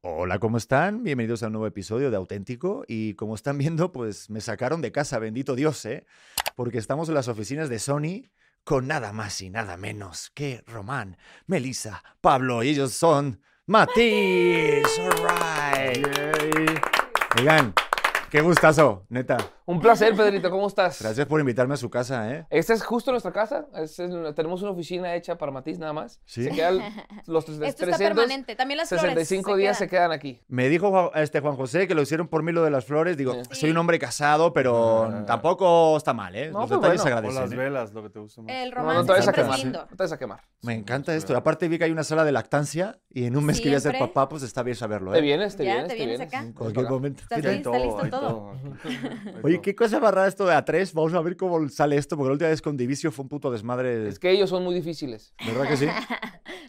Hola, ¿cómo están? Bienvenidos a un nuevo episodio de Auténtico. Y como están viendo, pues me sacaron de casa, bendito Dios, ¿eh? Porque estamos en las oficinas de Sony con nada más y nada menos que Román, Melissa, Pablo y ellos son Matiz. All right. Oigan, qué gustazo, neta. Un placer, Pedrito, ¿cómo estás? Gracias por invitarme a su casa, ¿eh? Esta es justo nuestra casa. es- es- tenemos una oficina hecha para Matiz nada más. Sí. Se quedan los tres- Esto 365 está permanente. También las flores. se días se quedan. quedan aquí. Me dijo Ju- este Juan José que lo hicieron por mí lo de las flores. Digo, Sí. soy un hombre casado, pero Ah. tampoco está mal, ¿eh? No, Los pues detalles se bueno, O las agradecen. ¿eh? velas, lo que te gusta más. El No, romance no te vayas a siempre quemar. es lindo. No te vayas a quemar. Me Sí, encanta sí, esto. claro. Aparte vi que hay una sala de lactancia y en un mes que voy a ser Siempre. papá, pues está bien saberlo, Te ¿eh? vienes, te Ya, vienes, te vienes acá. En Nos cualquier toca. momento. Estás Sí, hay listo, todo, listo hay todo. Oye, Hay todo. qué cosa más rara esto de A3. Vamos a ver cómo sale esto, porque la última vez con Divicio fue un puto desmadre. Es que ellos son muy difíciles. ¿Verdad que sí?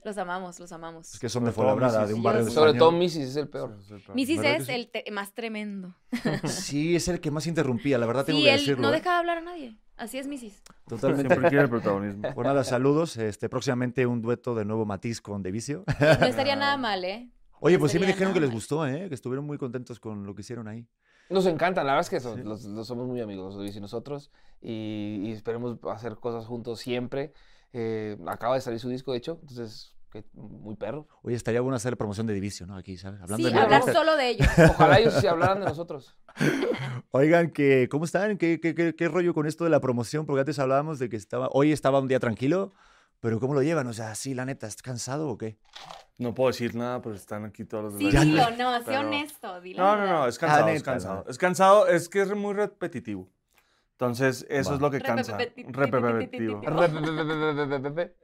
los amamos, los amamos. Es que son de Sobre todo Fuenlabrada, de un Mrs. barrio de Dios. Sobre todo España. Mrs. es el peor. Sí, sí, claro. Misis ¿Verdad que es sí? el te- más tremendo. Sí, es el que más interrumpía, la verdad tengo Sí, que él decirlo. no ¿eh? deja de hablar a nadie. Así es Misis. Totalmente. Siempre quiere el protagonismo. Pues nada, saludos. Este, próximamente un dueto de nuevo Matiz con Devicio. No estaría nada mal, ¿eh? Oye, pues sí me Sería dijeron que les nada. gustó, ¿eh? que estuvieron muy contentos con lo que hicieron ahí. Nos encantan, la verdad es que son- Sí. los, los somos muy amigos, los Luis y nosotros, y, y esperemos hacer cosas juntos siempre. Eh, acaba de salir su disco, de hecho, entonces, que- muy perro. Oye, estaría bueno hacer promoción de Divicio, ¿no? Aquí, ¿sabes? Hablando sí, de mi hablar rock. solo de ellos. Ojalá ellos se hablaran de nosotros. Oigan, que, ¿cómo están? ¿Qué, qué, qué, qué rollo con esto de la promoción? Porque antes hablábamos de que estaba, hoy estaba un día tranquilo, pero ¿cómo lo llevan? O sea, sí, la neta, ¿estás cansado o qué? No puedo decir nada, pero están aquí todos los Sí, de la dilo, isla. no, sé Pero- honesto, dilo. No, no, no, es cansado, es Ah, neta, cansado. no. Es cansado, es que es muy repetitivo. Entonces, eso Va. es lo que cansa. Repetitivo. Repetitivo. Re-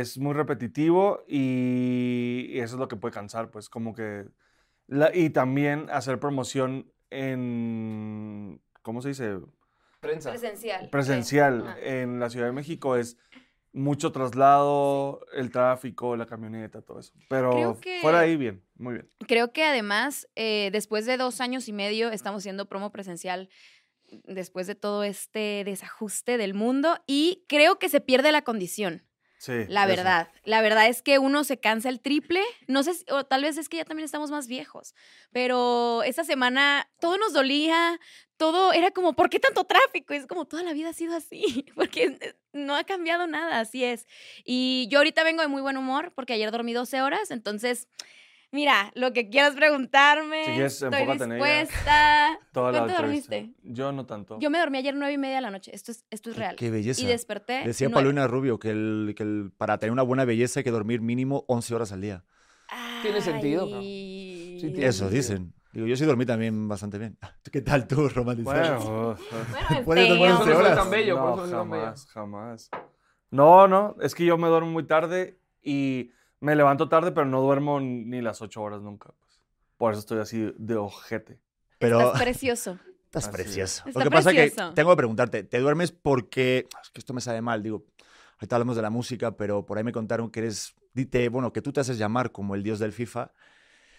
Es muy repetitivo y y eso es lo que puede cansar, pues como que... la- y también hacer promoción en... ¿Cómo se dice? Prensa. Presencial. presencial Ah. en la Ciudad de México es mucho traslado, el tráfico, la camioneta, todo eso. Pero Creo que- fuera de ahí, bien, muy bien. Creo que además, eh, después de dos años y medio, estamos siendo promo presencial después de todo este desajuste del mundo y creo que se pierde la condición. Sí. La eso. verdad, la verdad es que uno se cansa el triple, no sé, si- o tal vez es que ya también estamos más viejos, pero esta semana todo nos dolía, todo era como, ¿por qué tanto tráfico? Es como toda la vida ha sido así, porque eh, no ha cambiado nada, así es. Y yo ahorita vengo de muy buen humor porque ayer dormí 12 horas, entonces, mira, lo que quieras preguntarme, Si quieres, estoy enfócate en ella. dispuesta. Toda la ¿Cuánto entrevista. dormiste? Yo no tanto. Yo me dormí ayer nueve y media de la noche, esto es, esto es real. Qué belleza. Y desperté. Decía nueve. Paulina Rubio que, el, que el- para tener una buena belleza hay que dormir mínimo 11 horas al día. Tiene sentido, ¿no? Ay. Sí, tiene Eso dicen. Digo, yo sí dormí también bastante bien. ¿Qué tal tú, romantizado? Bueno, Puedes este, dormir Por eso yo- no soy horas. tan bello, por no, eso no soy tan bello. jamás, jamás. No, no, es que yo me duermo muy tarde y me levanto tarde, pero no duermo ni las ocho horas nunca. pues. Por eso estoy así de ojete. pero Estás precioso. estás Así es. precioso. Está lo que pasa es que precioso. tengo que preguntarte, ¿te duermes porque... "Ah, Es que esto me sale mal, digo, ahorita hablamos de la música, pero por ahí me contaron que eres... Dite, bueno, que tú te haces llamar como el dios del FIFA.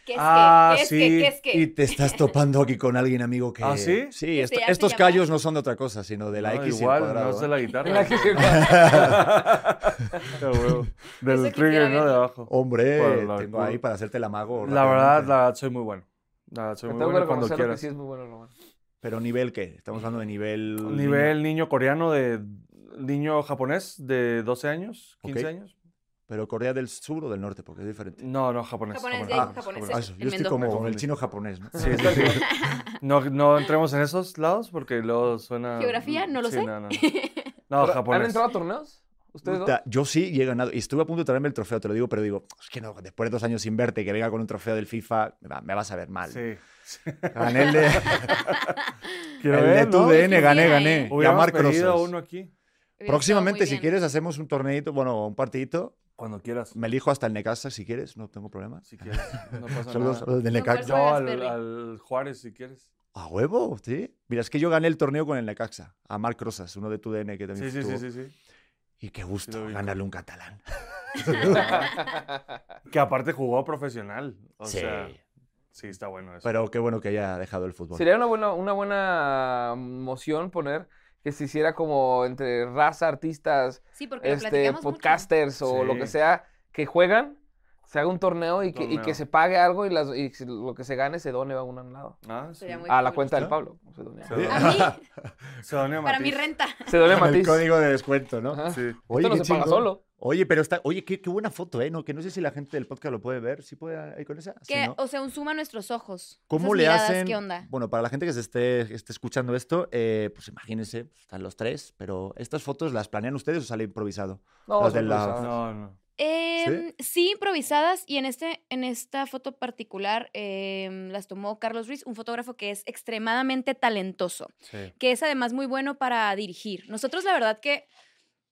¿Qué es Ah, que? ¿Qué es sí, que? ¿Qué es que? Y te estás topando aquí con alguien, amigo, que... ¿Ah, sí? Sí, Que esto- se hace estos llamar. callos no son de otra cosa, sino de la No, X y el Igual, cuadrado, no es de ¿eh? la guitarra. De huevo. Eso Del quisiera trigger, ¿no? ver. De abajo. ¿eh? Hombre, Por la tengo cur- ahí para hacerte el amago. La verdad, rápidamente. la verdad, soy muy bueno. La verdad, soy Te muy tengo que bueno cuando reconocer que quieras. sí es muy bueno, Román. Pero nivel qué? Estamos hablando de nivel... Nivel niño coreano de niño japonés de 12 años, 15 Ok. años. Pero Corea del Sur o del Norte, porque es diferente. No, no, japonés. Japonés, ya hay japoneses. Ah, eso, Sí, en Yo estoy Mendoza. como Me con el confundí. chino japonés, ¿no? Sí, sí, sí. No, no entremos en esos lados porque luego suena. Geografía, no lo Sí, sé. Pero, No, no, no. No, ¿Han japonés. entrado a torneos? ¿Ustedes dos? Puta, yo sí y he ganado. Y estuve a punto de traerme el trofeo, te lo digo, pero digo, es que no, después de dos años sin verte, que venga con un trofeo del FIFA, me, va- me vas a ver mal. Sí. Gané el de, Quiero el de ver, tu ¿no? DN, Sí, gané, mira, gané. eh. Hubiéramos Llamar pedido Crozas. uno aquí. Hubiera Próximamente, si estado muy bien. quieres, hacemos un torneito, bueno, un partidito. Cuando quieras. Me elijo hasta el Necaxa si quieres, no tengo problema. Si quieres. No pasa Saludos nada. al del No, Necaxa. Saludos. Yo al, Perry. al Juárez, si quieres. A huevo, sí. Mira, es que yo gané el torneo con el Necaxa, a Marc Crozas, uno de tu DN que también Sí, sí, estuvo. sí, sí, sí. Y qué gusto ubico. ganarle un catalán. Que aparte jugó profesional. O Sí. sea, sí, está bueno eso. Pero qué bueno que haya dejado el fútbol. Sería una buena, una buena moción poner que se hiciera como entre raza, artistas, Sí, porque lo este, platicamos mucho. podcasters o lo Sí. que sea que juegan. se haga un torneo y que, y que Torneo. se pague algo y, las, y se- lo que se gane se done a un lado. Ah, sí. Sería muy A la cool. cuenta del ¿Sí? Pablo. Se donea. Sí. A mí, Pseudónimo para mi Matiz. renta. Se dole Con el Matiz. código de descuento, ¿no? Ajá. Sí. Oye, Esto no qué se paga chingón. solo. Oye, pero está, oye, qué, qué buena foto, ¿eh? No, que no sé si la gente del podcast lo puede ver, ¿sí puede ahí con esa? Sí, Que, ¿no? O sea, un suma a nuestros ojos. ¿Cómo Esas le miradas, hacen? ¿Qué onda? Bueno, para la gente que se esté, esté escuchando esto, eh, pues imagínense, están los tres, pero estas fotos las planean ustedes o sale improvisado. No, Las son de la- cruzadas. No, no. Em, ¿Sí? improvisadas. Y en, este, en esta foto particular em, las tomó Carlos Ruiz, un fotógrafo que es extremadamente talentoso, Sí. que es además muy bueno para dirigir. Nosotros, la verdad, que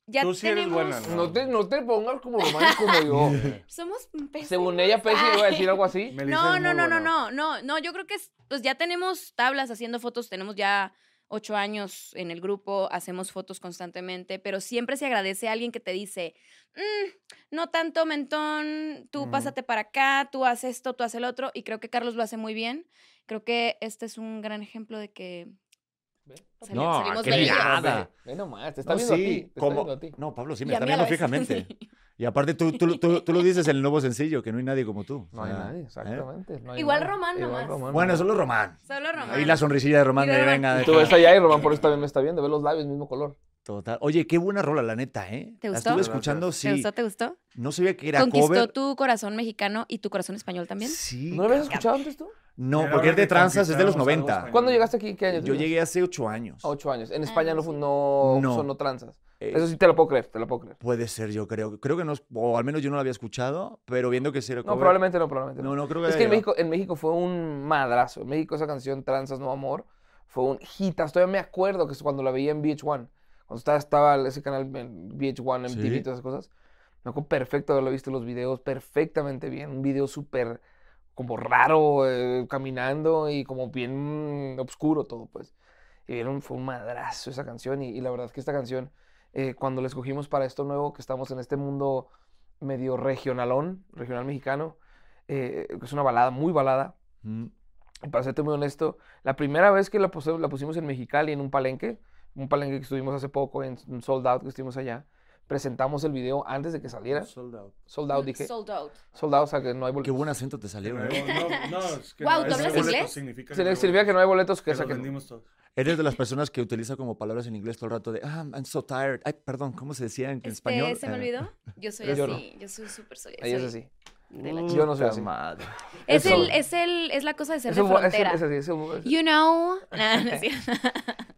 ya Tú sí eres tenemos. buena, No te, no te pongas como román como eh, Sí. Somos yo. pésimos. Según ella, Pesci iba a decir algo así. Melissa No, es no, muy no, no, buena. no, no, no, yo creo que es- pues ya tenemos tablas haciendo fotos, tenemos ya ocho años en el grupo, hacemos fotos constantemente, pero siempre se agradece a alguien que te dice, "Mm, no tanto mentón, tú Ujú. pásate para acá, tú haces esto, tú haces el otro, y creo que Carlos lo hace muy bien. Creo que este es un gran ejemplo de que sali- No, salimos qué bellos. mirada. Ve nomás, te está No, viendo sí, a ti. Te está como- viendo a ti. No, Pablo, sí, me Y a está mí a viendo la vez. fijamente. Y aparte tú, tú, tú- tú lo dices en el nuevo sencillo, que no hay nadie como tú. No O hay sea, nadie, ¿eh? exactamente. no hay Igual nadie. Román Igual nomás. Román Bueno, nomás. solo Román. Solo Román. Ahí la sonrisilla de Román Y de de Román. venga. Y tú deja". ves allá y Román por eso también me está viendo. Ve los labios, mismo color. Total. Oye, qué buena rola, la neta, ¿eh? ¿Te La gustó? estuve escuchando, ¿Te sí. gustó? ¿Te gustó? No sabía que era Conquistó cover. tu corazón mexicano y tu corazón español también. Sí. ¿No lo habías escuchado antes tú? No, Era porque hora es de de tranzas, es de los conquistar algo 90. español. ¿Cuándo llegaste aquí? ¿Qué año? Yo tenías? llegué hace 8 años. Ocho años. En España no no, sé. fu- no, No. sonó tranzas. Eh, Eso sí te lo puedo creer, te lo puedo creer. Puede ser, yo creo. Creo que no, es- o al menos yo no lo había escuchado, pero viendo que se lo No, probablemente no, probablemente no. No, no creo que es que en haya llegado. México, en México fue un madrazo. En México esa canción Tranzas No Amor fue un hitas. Todavía me acuerdo que es cuando la veía en VH1. Cuando estaba, estaba ese canal en VH1, MTV Sí. y todas esas cosas. Me acuerdo perfecto de haberlo visto los videos perfectamente bien. Un video súper como raro, eh, caminando y como bien oscuro todo, pues. Y vieron, fue un madrazo esa canción. Y, y la verdad es que esta canción, eh, cuando la escogimos para esto nuevo, que estamos en este mundo medio regionalón, regional mexicano, eh, es una balada, muy balada. Mm, Y para serte muy honesto, la primera vez que la, puse- la pusimos en Mexicali, en un palenque, un palenque que estuvimos hace poco, en un Sold Out que estuvimos allá, presentamos el video antes de que saliera. Sold out. Sold Out, dije. Sold out. Sold Out, o sea, que no hay Qué boletos. buen acento te salió, No, ¿eh? no, es que Guau, no, ¿tú ese hablas boleto inglés? Significa Significa no hay significa que no hay boletos, que, que o sea, lo que- vendimos todos. Eres de las personas que utiliza como palabras en inglés todo el rato de, ah, I'm so tired. Ay, perdón, ¿cómo se decía en, en Este, español? ¿Se me Eh, olvidó? Yo soy Yo no. así. Yo soy súper soy Ella es soy así. de la ch- Yo no soy puta así. madre. Es, Eso. el, es, el, es la cosa de ser Es de un bo- es- frontera. es así, es un- You know. Nah, no es cierto.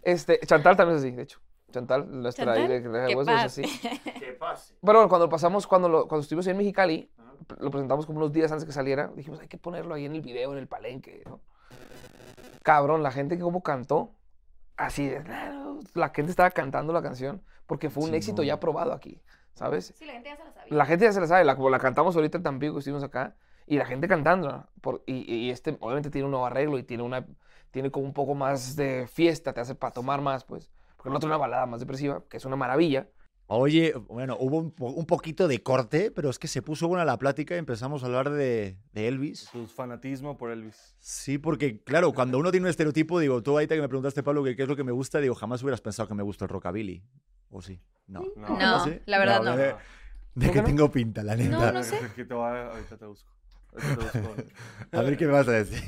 Este, Chantal también es así, de hecho. Chantal, nuestra Chantal, ahí de- de qué huesos, es paz. así. Pero bueno, cuando pasamos, cuando, lo- cuando estuvimos ahí en Mexicali, lo presentamos como unos días antes que saliera, dijimos, hay que ponerlo ahí en el video, en el palenque, ¿no? Cabrón, la gente que como cantó, así, de, la gente estaba cantando la canción, porque fue un Sí, éxito no. ya probado aquí, ¿sabes? Sí, la gente ya se la sabía. La gente ya se la sabe, la, la cantamos ahorita en Tampico, que estuvimos acá, y la gente cantando. Por, y, y- y este, obviamente, tiene un nuevo arreglo y tiene, una, tiene como un poco más de fiesta, te hace para tomar más, pues. Porque el otro es una balada más depresiva, que es una maravilla. Oye, bueno, hubo un, po- un poquito de corte, pero es que se puso buena la plática y empezamos a hablar de, de Elvis. Su fanatismo por Elvis. Sí, porque claro, cuando uno tiene un estereotipo, digo, tú ahorita que me preguntaste, Pablo, que qué es lo que me gusta, digo, jamás hubieras pensado que me gusta el rockabilly. ¿O sí? No. No, No, ¿Sí? la verdad no. de- De ¿Por que qué no? tengo pinta, la neta. No, no sé. Aquí te voy a- ahorita te busco. Ahorita te busco. A ver qué me vas a decir.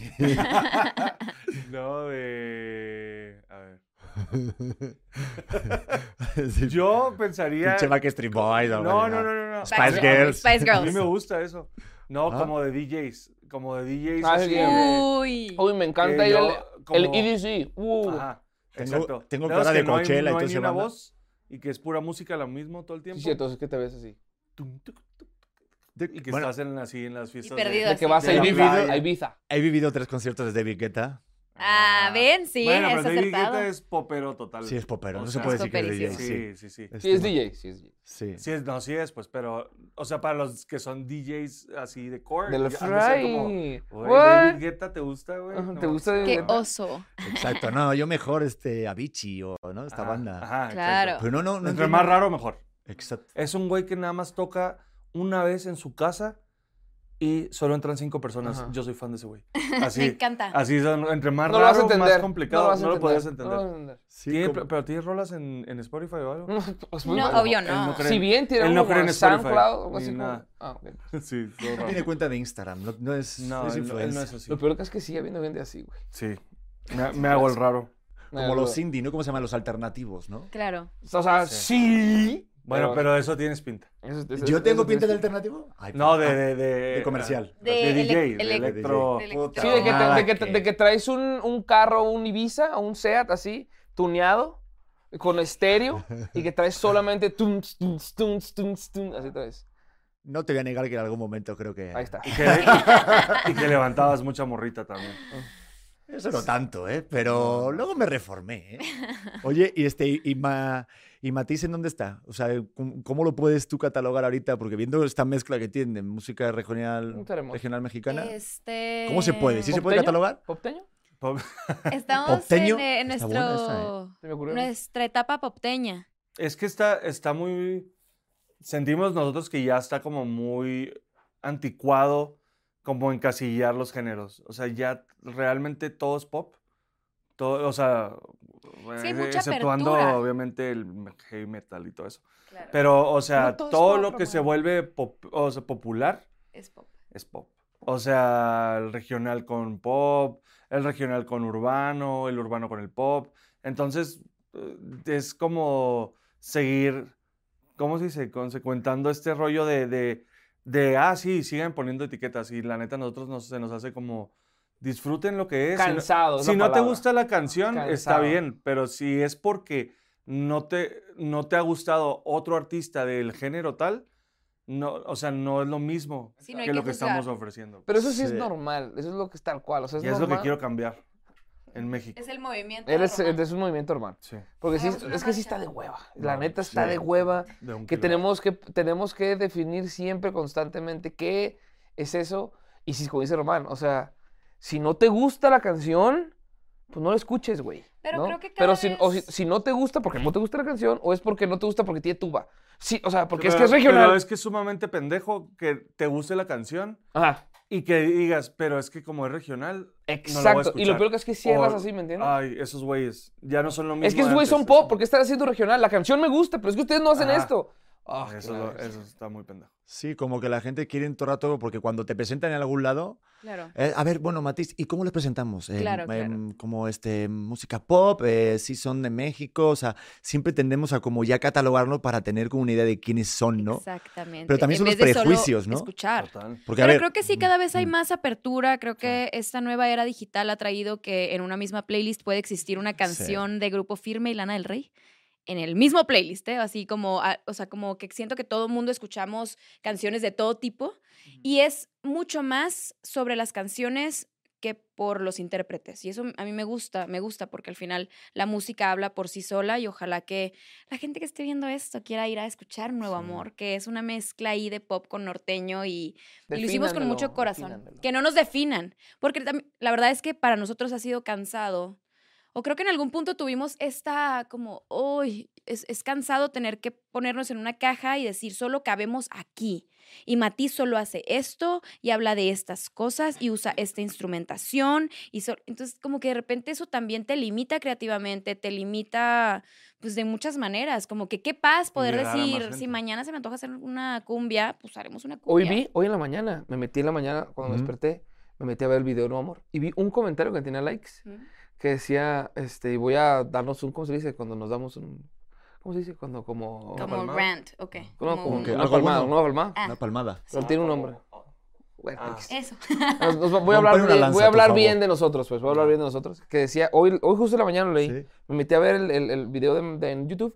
No, de. A ver. Sí, Yo pensaría. Pinche Back Street Boys. No, o no, algo no, así, no, no. Spice O sea, Girls. Spice A mí me Girls. gusta eso. No, Ah. como de DJs. Como de DJs. Ah, así sí. de- Uy. Uy, me encanta que ir yo al como- el EDC. Uh. Ajá, Tengo- exacto. tengo Nada más cara de que no hay- Coachella, no hay entonces, ni una banda. voz y que es pura música lo mismo todo el tiempo. Sí, sí, entonces que te ves así. Tum, tuc, tuc, De- y que bueno, estás en, así en las fiestas. perdido. De que vas a De la Ibiza. playa. A Ibiza. He vivido tres conciertos de David Guetta. Ah, ven, sí, bueno, es pero David Guetta acertado. es popero total. Sí, es popero. O No se sea, puede Es decir que es DJ. poperísimo. Sí, Sí, sí, sí. Sí, es Este, DJ. Sí, es DJ. Sí. Sí es, no, sí es, pues, pero, o sea, para los que son DJs así de core. De la ya han de ser como, Fry. "Güey, What? David Guetta, ¿te gusta, güey? Ajá, No ¿te mames, gusta David qué Qué Guetta? cabrón". oso. Exacto. No, yo mejor este Avicii o ¿no? esta Ajá, banda. Ajá, Claro. exacto. Pero no, no, no. Entre entiendo- más raro, mejor. Exacto. Es un güey que nada más toca una vez en su casa y solo entran cinco personas. Ajá. Yo soy fan de ese güey. Me Así, encanta. así es, entre más No lo vas a raro, más entender. complicado, no, lo podías entender. No lo vas a entender. Sí, Tiene- como- ¿Pero tienes rolas en, en Spotify o algo? No, pues, No, bueno. obvio él no. no cree- Si bien tiene Él no algo cree en como Spotify, SoundCloud o algo ni así como- nada. ah, ok. Sí, todo raro. tiene cuenta de Instagram, no, no es, No, es él no- él no influencer. es así. Lo peor que es que sigue habiendo gente así, güey. Sí. Me, me hago el raro. Como los indie, ¿no? ¿Cómo se llaman los alternativos, no? Claro. O sea, Ah, Sí. sí. Bueno, pero, eso tienes pinta. eso- eso- ¿Yo eso- tengo eso pinta de tienes- alternativo? Ay, No, ah, de... De, de, de comercial. De, De DJ, elec- de elec- electro. de electro- Sí, de que, te- Nada de que te- que- de que traes un, un carro, un Ibiza o un Seat así, tuneado, con estéreo, y que traes solamente tums, tums, tums, tums, tums, así traes. No te voy a negar que en algún momento creo que... Ahí está. Y que, y que levantabas mucha morrita también. Eso no tanto, ¿eh? Pero luego me reformé, ¿eh? Oye, ¿y, este, y, Ma- y Matiz en dónde está? O sea, ¿cómo, cómo lo puedes tú catalogar ahorita? Porque viendo esta mezcla que tiene de música regional, Un terremoto. regional mexicana, Este... ¿cómo se puede? ¿Sí se puede ¿Popteño? catalogar? ¿Popteño? Pop- Estamos en, ¿Popteño? eh, en Está nuestro, buena esa, ¿eh? Se me ocurrió. nuestra etapa popteña. Es que está, está muy... Sentimos nosotros que ya está como muy anticuado como encasillar los géneros. O sea, ya realmente todo es pop. Todo, o sea, Sí, hay eh, mucha exceptuando apertura. obviamente el heavy metal y todo eso. Claro. Pero, o sea, No todo es todo, pop, lo que se Román. vuelve pop- o sea, popular es pop. es pop. O sea, el regional con pop, el regional con urbano, el urbano con el pop. Entonces, eh, es como seguir, ¿cómo se dice? Consecuentando este rollo de, de, de, ah, sí, sigan poniendo etiquetas. Y la neta, nosotros nos, se nos hace como, disfuten lo que es. si no- Cansado. es si la no te palabra. gusta la canción, está Cansado. bien, pero si es porque no te, no te ha gustado otro artista del género tal, no, o sea, no es lo mismo Sí, no hay que, que lo que estamos juzgar. ofreciendo. Pero eso sí, es Sí. normal. Eso es lo que es tal cual. O sea, es y es lo que normal. quiero cambiar en México. Es el movimiento. Eres, romano. es un movimiento hermano. Sí, Porque sí, Hagamos una es que sí marcha. está de hueva. La No, neta está sí. de hueva. de un que kilo. tenemos que tenemos que definir siempre constantemente qué es eso y si como dice Román, o sea, si no te gusta la canción, pues no la escuches, güey. Pero ¿no? creo que Pero cada si, o si, vez- si no te gusta porque no te gusta la canción o es porque no te gusta porque tiene tuba. Sí, o sea, porque es que Pero- es regional. Pero es que es sumamente pendejo que te guste la canción Ajá. y que digas, pero es que como es regional. Exacto. y lo escuchar. peor que es que cierras O- así, ¿me entiendes? Ay, esos güeyes ya no son lo mismo. es que esos de güeyes son antes, pop, eso- porque están haciendo regional. La canción me gusta, pero es que ustedes no hacen Ajá. esto. Ah, Eso, qué es lo- la- eso está muy pendejo. Sí, como que la gente quiere en todo rato, porque cuando te presentan en algún lado, Claro. eh, a ver, bueno, Matiz, ¿y cómo les presentamos? Em, Claro, claro. em, Como este, música pop, eh, si son de México, o sea, siempre tendemos a como ya catalogarlo para tener como una idea de quiénes son, ¿no? Exactamente. Pero también En son los vez de solo prejuicios, ¿no? Escuchar. Total. Porque, a Pero ver, creo que sí, cada vez hay mm. más apertura. Creo que esta nueva era digital ha traído que en una misma playlist puede existir una canción de Grupo Firme y Lana del Rey. En el mismo playlist, ¿eh? así como, ah, o sea, como que siento que todo el mundo escuchamos canciones de todo tipo y es mucho más sobre las canciones que por los intérpretes. Y eso a mí me gusta, me gusta porque al final la música habla por sí sola y ojalá que la gente que esté viendo esto quiera ir a escuchar Nuevo Sí. Amor, que es una mezcla ahí de pop con norteño y, y lo hicimos con Defínanmelo, mucho corazón. defínanmelo. Que no nos definan. Porque tam- la verdad es que para nosotros ha sido cansado. O creo que en algún punto tuvimos esta como, hoy es, es cansado tener que ponernos en una caja y decir, solo cabemos aquí. Y Matiz solo hace esto y habla de estas cosas y usa esta instrumentación. Y so- Entonces, como que de repente eso también te limita creativamente, te limita pues de muchas maneras. Como que qué paz poder Llegar a más decir, gente. si mañana se me antoja hacer una cumbia, pues haremos una Hoy cumbia. vi, hoy en la mañana, me metí en la mañana cuando Ujú. me desperté, me metí a ver el video No Amor y vi un comentario que tenía likes Ujú. que decía, este, voy a darnos un, ¿cómo se dice? Cuando nos damos un, ¿cómo se dice? Cuando como, Una Como palmada. rant, ok. no, como que una algo palmada, bueno. una palmada. Ah. una palmada. Pero tiene un nombre. Bueno, Ah. X. Eso. Nos- nos va- Rompe voy a hablar, una bien, lanza, voy a por hablar favor. bien de nosotros, pues voy a hablar bien de nosotros. Que decía, hoy, hoy justo en la mañana lo leí, Sí. me metí a ver el, el- el video de, de- en YouTube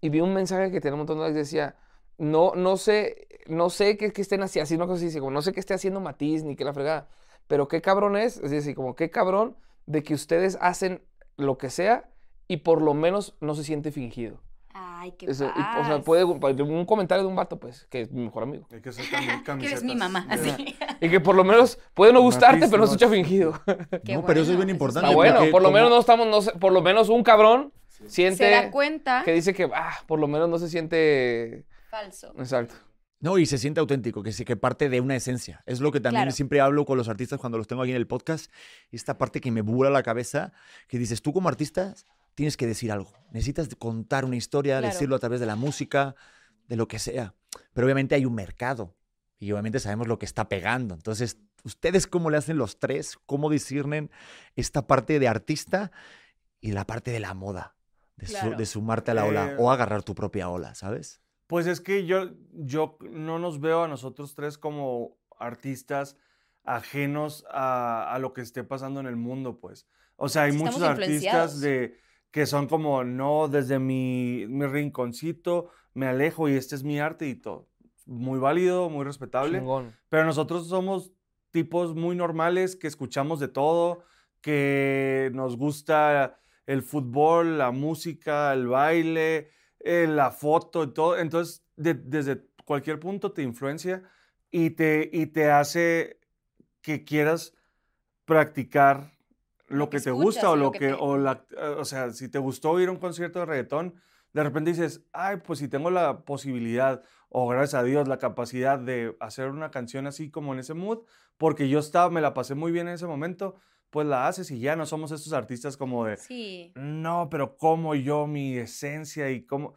y vi un mensaje que tenía un montón de likes. Decía, no, no sé, no sé qué, qué estén haciendo, así no, dice, como, no sé qué esté haciendo Matiz ni qué la fregada, pero qué cabrón es, es decir, como qué cabrón de que ustedes hacen lo que sea y por lo menos no se siente fingido. Ay, qué Eso, y, o sea, paz. puede, un comentario de un vato, pues, que es mi mejor amigo. Hay que hacer cami- Que camisetas. eres mi mamá, de- así. Y que por lo menos puede no gustarte, Matiz pero no no se escucha es- fingido. Qué no, pero eso es bueno, bien eso importante. está Está bueno, porque por lo como- menos no estamos, no sé, por lo menos un cabrón Se da siente cuenta. ah, que dice que, ah, por lo menos no se siente, Falso. exacto. No, y se siente auténtico, que sí, que parte de una esencia. Es lo que también Claro. siempre hablo con los artistas cuando los tengo aquí en el podcast. Esta parte que me vuela la cabeza, que dices, tú como artista tienes que decir algo. Necesitas contar una historia, Claro. decirlo a través de la música, de lo que sea. Pero obviamente hay un mercado y obviamente sabemos lo que está pegando. Entonces, ¿ustedes cómo le hacen los tres? ¿Cómo disciernen esta parte de artista y la parte de la moda? De, su- Claro. de sumarte a la ola Eh, o agarrar tu propia ola, ¿sabes? Pues es que yo, yo no nos veo a nosotros tres como artistas ajenos a, a lo que esté pasando en el mundo, pues. O sea, hay Sí, muchos estamos artistas influenciados. de, que son como, no, desde mi, mi rinconcito me alejo y este es mi arte y todo. Muy válido, muy respetable. Chingón. Pero nosotros somos tipos muy normales que escuchamos de todo, que nos gusta el fútbol, la música, el baile, eh, la foto y todo. Entonces, de- desde cualquier punto te influencia y te, y te hace que quieras practicar lo, Lo que, que te gusta escuchas, o lo lo que que, te- o la, o sea, si te gustó ir a un concierto de reggaetón, de repente dices, ay, pues si tengo la posibilidad o gracias a Dios la capacidad de hacer una canción así como en ese mood, porque yo estaba, me la pasé muy bien en ese momento, pues la haces y ya no somos estos artistas como de, Sí. no, pero como yo, mi esencia y cómo...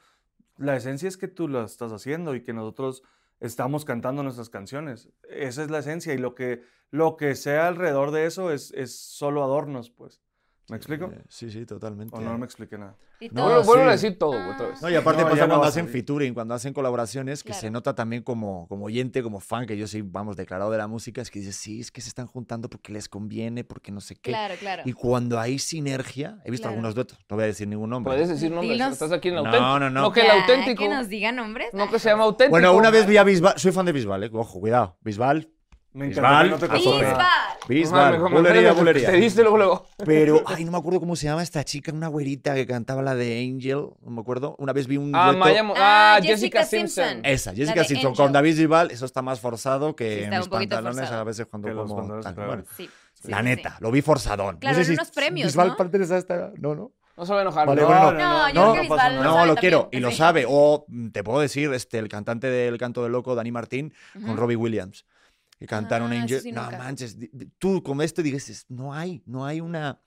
La esencia es que tú la estás haciendo y que nosotros estamos cantando nuestras canciones. Esa es la esencia y lo que, lo que sea alrededor de eso es, es solo adornos, pues. ¿Me explico? Eh, Sí, sí, totalmente. O no me expliqué nada. Y No, Vuelvo- todo. Ah, sí. vuelvo a decir todo güey, Ah. otra vez. No, y aparte No, ya pasa no cuando va a hacen salir. featuring, cuando hacen colaboraciones, que se Claro. nota también como, como oyente, como fan, que yo soy, vamos, declarado de la música, es que dices, sí, es que se están juntando porque les conviene, porque no sé qué. Claro, claro. Y cuando hay sinergia, he visto Claro. algunos duetos, no voy a decir ningún nombre. Puedes decir nombres, Dinos. estás aquí en el No, auténtico. no, no. que el Ya, auténtico, Que nos digan nombres. no que se llama auténtico. Bueno, una vez vi a Bisbal, soy fan de Bisbal, eh, ojo, cuidado, Bisbal, Me Bisbal, que no te a costó tope. nada. Bisbal. Bisbal, bulería, bulería. Te diste luego, luego. Pero, ay, no me acuerdo cómo se llama esta chica, una güerita que cantaba la de Angel, no me acuerdo, una vez vi un Ah, dueto- Maya Mo- ah, Ah, Jessica Jessica Simpson. Simpson. Esa, Jessica de Simpson Angel. con David Bisbal, eso está más forzado que Sí, está en un mis poquito pantalones forzado. a veces cuando Que los como pantalones, tan- claro. bueno, Sí. sí, la sí, neta, sí. lo vi forzadón. Claro, en unos premios, Bisbal ¿no? pertenece a esta- No, no. No se va a enojar. Vale, ¿no? bueno, No, yo creo que pasa Bisbal nada. No, sabe lo también, quiero y lo sí. sabe. O mm, te puedo decir, este, el cantante del Canto del Loco, Dani Martín, Ujú. con Robbie Williams, que cantaron Ah, eso Angel. sí, no nunca. manches, di- di- tú con esto dices, no hay, no hay una.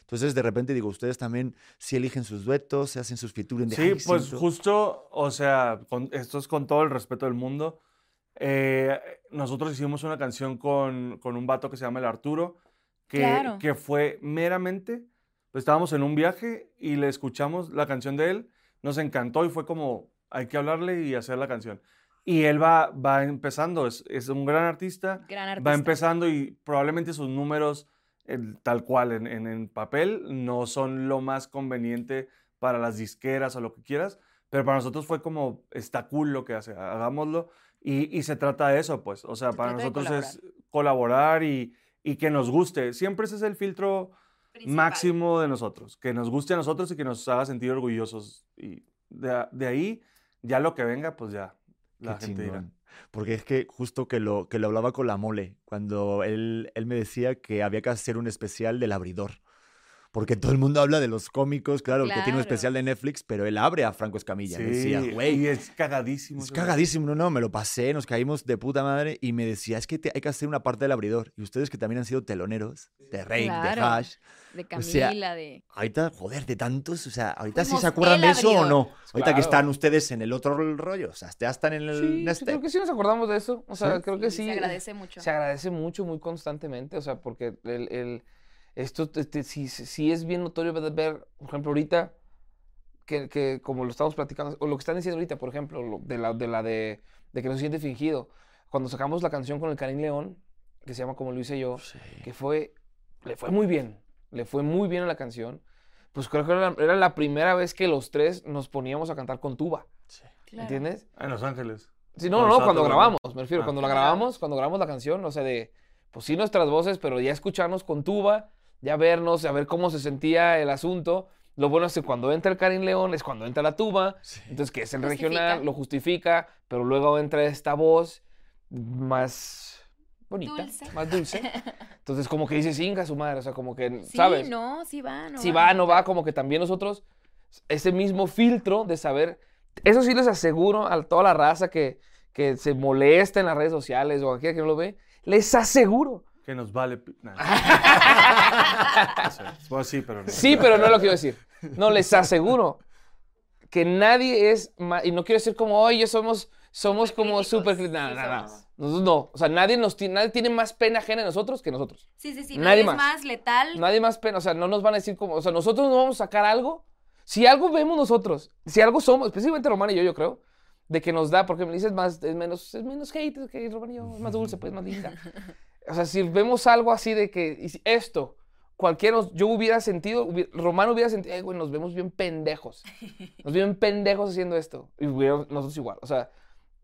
Entonces, de repente digo, ustedes también sí eligen sus duetos, se hacen sus featuring de Sí, "Ay, pues siento". justo, o sea, con- esto es con todo el respeto del mundo. Eh, nosotros hicimos una canción con, con un vato que se llama el Arturo, que, Claro. que fue meramente, pues, estábamos en un viaje y le escuchamos la canción de él, nos encantó y fue como, hay que hablarle y hacer la canción. Y él va, va empezando, es, es un gran artista, Gran va artista. empezando y probablemente sus números el- tal cual en, en- en papel no son lo más conveniente para las disqueras o lo que quieras, pero para nosotros fue como, está cool lo que hace, hagámoslo. Y, y se trata de eso, pues, o sea, Se para trata de nosotros es colaborar y, y que nos guste. Siempre ese es el filtro Principal. máximo de nosotros, que nos guste a nosotros y que nos haga sentir orgullosos. Y de, a- de ahí, ya lo que venga, pues ya Qué la gente dirá. chingón. Porque es que justo que lo, que lo hablaba con la mole, cuando él, él me decía que había que hacer un especial del abridor. Porque todo el mundo habla de los cómicos, claro, el que tiene un Claro. especial de Netflix, pero él abre a Franco Escamilla. me decía, Sí, güey, y es cagadísimo. es ese güey. cagadísimo, no, no, me lo pasé, nos caímos de puta madre y me decía, es que te- hay que hacer una parte del abridor. Y ustedes que también han sido teloneros de Reik, de Claro. Hash, De O sea, Camila, de. ahorita, joder, de tantos, o sea, ahorita sí Fuimos se acuerdan el de eso o abridor. no. Ahorita que Claro. están ustedes en el otro rollo, o sea, ya están en el... Sí, en sí, este. creo que sí nos acordamos de eso. O sea, Sí. creo que sí. eh, Se agradece mucho. Se agradece mucho, muy constantemente, o sea, porque el, el- esto te- te- sí, sí- sí es bien notorio ver- ver, por ejemplo, ahorita, que, que como lo estamos platicando, o lo que están diciendo ahorita, por ejemplo, lo- de la de, la de, de que no se siente fingido. Cuando sacamos la canción con el Karim León, que se llama Como Luis y yo, que fue, le fue muy bien, le fue muy bien a la canción, pues creo que era, era la primera vez que los tres nos poníamos a cantar con tuba, Claro. ¿entiendes? Ah, En Los Ángeles. Sí, no, Cuando no, estaba cuando todo grabamos, me refiero, Ah. cuando la Cuando grabamos. grabamos, cuando grabamos la canción, o sea, de, pues sí nuestras voces, pero ya escucharnos con tuba, ya vernos, a ver cómo se sentía el asunto. Lo bueno es que cuando entra el Karim León es cuando entra la tuba, Sí. entonces que es el Justifica. regional, lo justifica, pero luego entra esta voz más bonita, Dulce. más dulce. Entonces como que dice Inga su madre, o sea, como que, Sí, ¿sabes? no, sí va, no si va, no va, como que también nosotros, ese mismo filtro de saber, eso sí les aseguro a toda la raza que, que que se molesta en las redes sociales o aquella que no lo ve, les aseguro. Que nos vale. pi- nah. O sea, bueno, sí, pero no. Sí, pero no lo quiero decir. No, les aseguro que nadie es ma- y no quiero decir como, oye, somos, somos como Críticos, súper... cri-". No, no, sí no. somos. Nosotros no. O sea, nadie, nos, ti- nadie tiene más pena ajena de nosotros que nosotros. Sí, sí, sí. Nadie Nadie, más. es más letal. Nadie más pena, o sea, no nos van a decir como, o sea, nosotros no vamos a sacar algo. Si algo vemos nosotros, si algo somos, específicamente Román y yo, yo creo, de que nos da, porque me dices más, es menos, es menos hate que Román y yo, es más dulce, pues, más linda. O sea, si vemos algo así de que y si esto, cualquiera, nos- yo hubiera sentido, hubi- Román hubiera sentido, "Ay, güey, nos vemos bien pendejos. Nos vieron pendejos haciendo esto. Y hubiera- nosotros igual, o sea,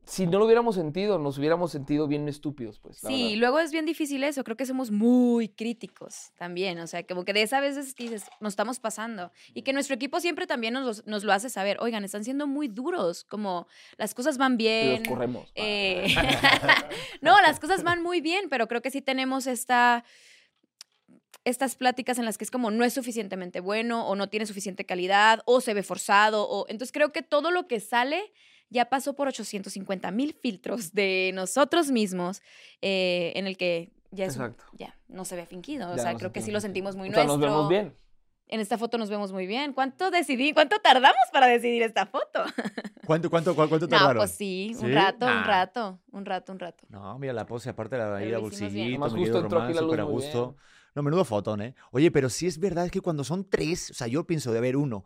si no lo hubiéramos sentido, nos hubiéramos sentido bien estúpidos, pues. la Sí, verdad. luego es bien difícil eso. Creo que somos muy críticos también. O sea, como que de esa veces dices, nos estamos pasando. Y que nuestro equipo siempre también nos, lo- nos lo hace saber. Oigan, están siendo muy duros. Como las cosas van Y bien. los corremos. eh, no, las cosas van muy bien, pero creo que sí tenemos esta estas pláticas en las que es como no es suficientemente bueno o no tiene suficiente calidad o se ve forzado o entonces creo que todo lo que sale ya pasó por 850 mil filtros de nosotros mismos eh, en el que ya, es un- Exacto. ya no se ve fingido. O Ya sea, no se creo que tiene sí lo sentido. sentimos muy O sea, nuestro. nos vemos bien. En esta foto nos vemos muy bien. ¿Cuánto decidí? ¿Cuánto tardamos para decidir esta foto? ¿Cuánto, cuánto, cuánto, cuánto No, tardaron? pues sí, un ¿Sí? rato, un Nah. rato, un rato, un rato. No, mira la pose, aparte la Pero ida lo hicimos bien. bolsillito, Además, me justo quedo entró aquí román, la luz súper a muy gusto. bien. No, menudo fotón, ¿eh? Oye, pero sí es verdad que cuando son tres, o sea, yo pienso de haber uno.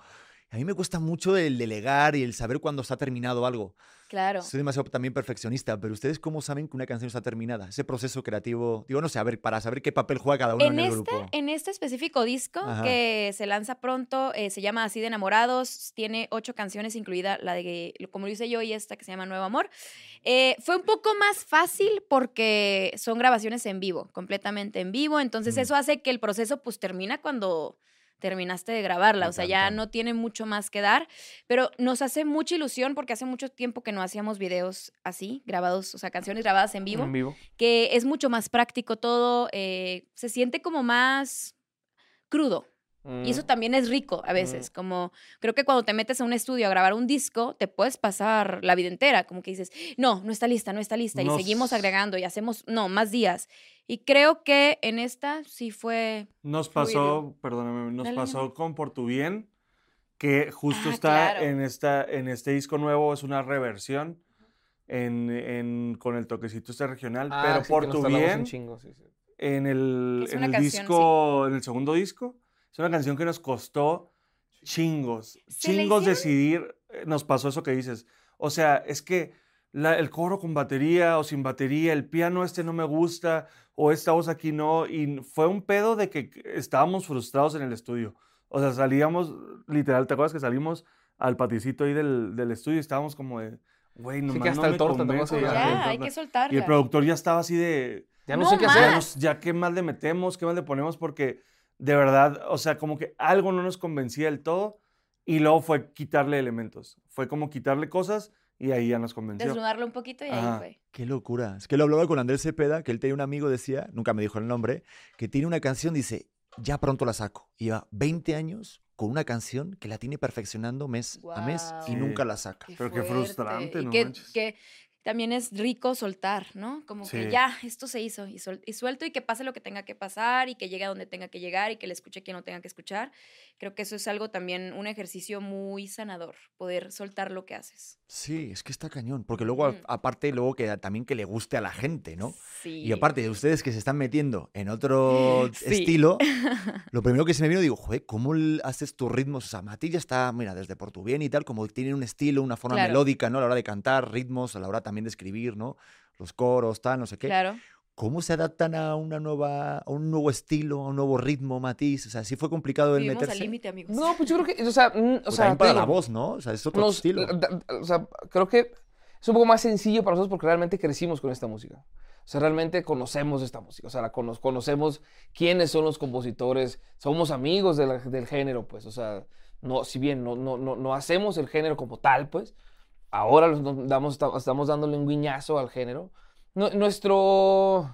A mí me cuesta mucho el delegar y el saber cuándo está terminado algo. Claro. Soy demasiado también perfeccionista, pero ¿ustedes cómo saben que una canción está terminada? Ese proceso creativo, digo, no sé, a ver, para saber qué papel juega cada uno en, En el este, grupo. en este específico disco Ajá. que se lanza pronto, eh, se llama Así de Enamorados, tiene ocho canciones, incluida la de, como lo hice yo, y esta que se llama Nuevo Amor. Eh, fue un poco más fácil porque son grabaciones en vivo, completamente en vivo, entonces Mm. eso hace que el proceso pues termina cuando terminaste de grabarla, Me o sea, ya encanta. no tiene mucho más que dar, pero nos hace mucha ilusión porque hace mucho tiempo que no hacíamos videos así, grabados, o sea, canciones grabadas en vivo En vivo. que es mucho más práctico todo, eh, se siente como más crudo. Y eso Mm. también es rico a veces, como creo que cuando te metes a un estudio a grabar un disco, te puedes pasar la vida entera, como que dices, no, no está lista, no está lista, No y seguimos s- agregando y hacemos, no, más días. Y creo que en esta sí fue, Nos Fluido. pasó, perdóname, nos Dale, mi pasó con Por tu Bien, que justo Ah, está claro. en, esta, en este disco nuevo, es una reversión en, en- con el toquecito este regional, Ah, pero sí, Por que nos tu tardamos un Bien, chingo, sí, sí. en el, Es en una el canción, sí. disco, en el segundo disco, es una canción que nos costó chingos, ¿Se le chingos hicieron? decidir, eh, nos pasó eso que dices, o sea, es que la- el coro con batería o sin batería, el piano este no me gusta, o esta voz aquí no. Y n- fue un pedo de que c- estábamos frustrados en el estudio. O sea, salíamos, literal, ¿te acuerdas que salimos al paticito ahí del, del estudio y estábamos como de, güey, nomás no hasta el me torta, ¿te convence, acuerdas? ya, ya, el hay torta". que soltarla. Y el productor ya estaba así de, Ya no, No sé qué más. ya, hacer. nos- ya qué más le metemos, qué más le ponemos, porque de verdad, o sea, como que algo no nos convencía del todo. Y luego fue quitarle elementos. Fue como quitarle cosas y ahí ya nos convenció. Desnudarlo un poquito y ahí Ajá. fue. Qué locura. Es que lo hablaba con Andrés Cepeda, que él tenía un amigo, decía, nunca me dijo el nombre, que tiene una canción, dice, ya pronto la saco. Y Lleva 20 años con una canción que la tiene perfeccionando mes a mes y Guau. nunca la saca. Pero qué fuerte. frustrante, Y no que, manches. que también es rico soltar, ¿no? Como Sí. que ya, esto se hizo y, sol- y suelto y que pase lo que tenga que pasar y que llegue a donde tenga que llegar y que le escuche quien lo tenga que escuchar. Creo que eso es algo también, un ejercicio muy sanador, poder soltar lo que haces. Sí, es que está cañón, porque luego a- Mm. aparte luego que también que le guste a la gente, ¿no? Sí. Y aparte de ustedes que se están metiendo en otro Sí. estilo, lo primero que se me vino, digo, joder, ¿cómo l- haces tus ritmos? O sea, Mati ya está, mira, desde por tu bien y tal, como tiene un estilo, una forma Claro. melódica, ¿no? A la hora de cantar, ritmos, a la hora también de escribir, ¿no? Los coros, tal, no sé qué. Claro. ¿Cómo se adaptan a una nueva, a un nuevo estilo, a un nuevo ritmo, Matiz? O sea, sí fue complicado el Vivimos al meterse. límite, amigos. No, pues yo creo que, o sea, mm, o O sea, también te para digo, la voz, ¿no? O sea, es otro nos- estilo. da- da- o sea, creo que es un poco más sencillo para nosotros porque realmente crecimos con esta música. O sea, realmente conocemos esta música, o sea, la cono- conocemos quiénes son los compositores, somos amigos de la- del género, pues, o sea, no, si bien no, no, no, no hacemos el género como tal, pues, ahora los- nos damos, esta- estamos dándole un guiñazo al género. Nu- nuestro,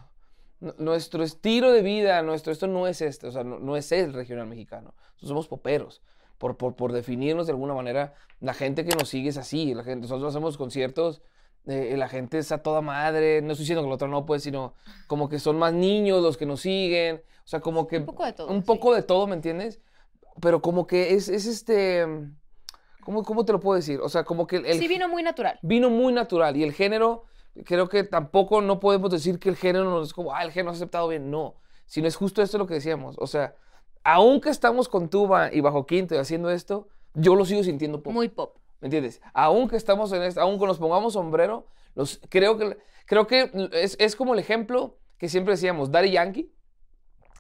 nu- nuestro estilo de vida, nuestro, esto no es este, o sea, no, no es el regional mexicano, somos poperos. Por, por, por definirnos de alguna manera, la gente que nos sigue es así, la gente, nosotros hacemos conciertos eh, la gente es a toda madre, no estoy diciendo que el otro no, pues, sino como que son más niños los que nos siguen, o sea, como que Un poco de todo. un sí. poco de todo, ¿me entiendes? Pero como que es, es este, ¿cómo, ¿cómo te lo puedo decir? O sea, como que el, el Sí, vino muy natural. vino muy natural. Y el género, creo que tampoco no podemos decir que el género no es como, ah, el género se ha aceptado bien. No, sino es justo esto lo que decíamos. O sea, aunque estamos con tuba y bajo quinto y haciendo esto, yo lo sigo sintiendo pop. Muy pop. ¿Me entiendes? Aunque estamos en esto, aunque nos pongamos sombrero, los, creo que, creo que es, es como el ejemplo que siempre decíamos, Daddy Yankee,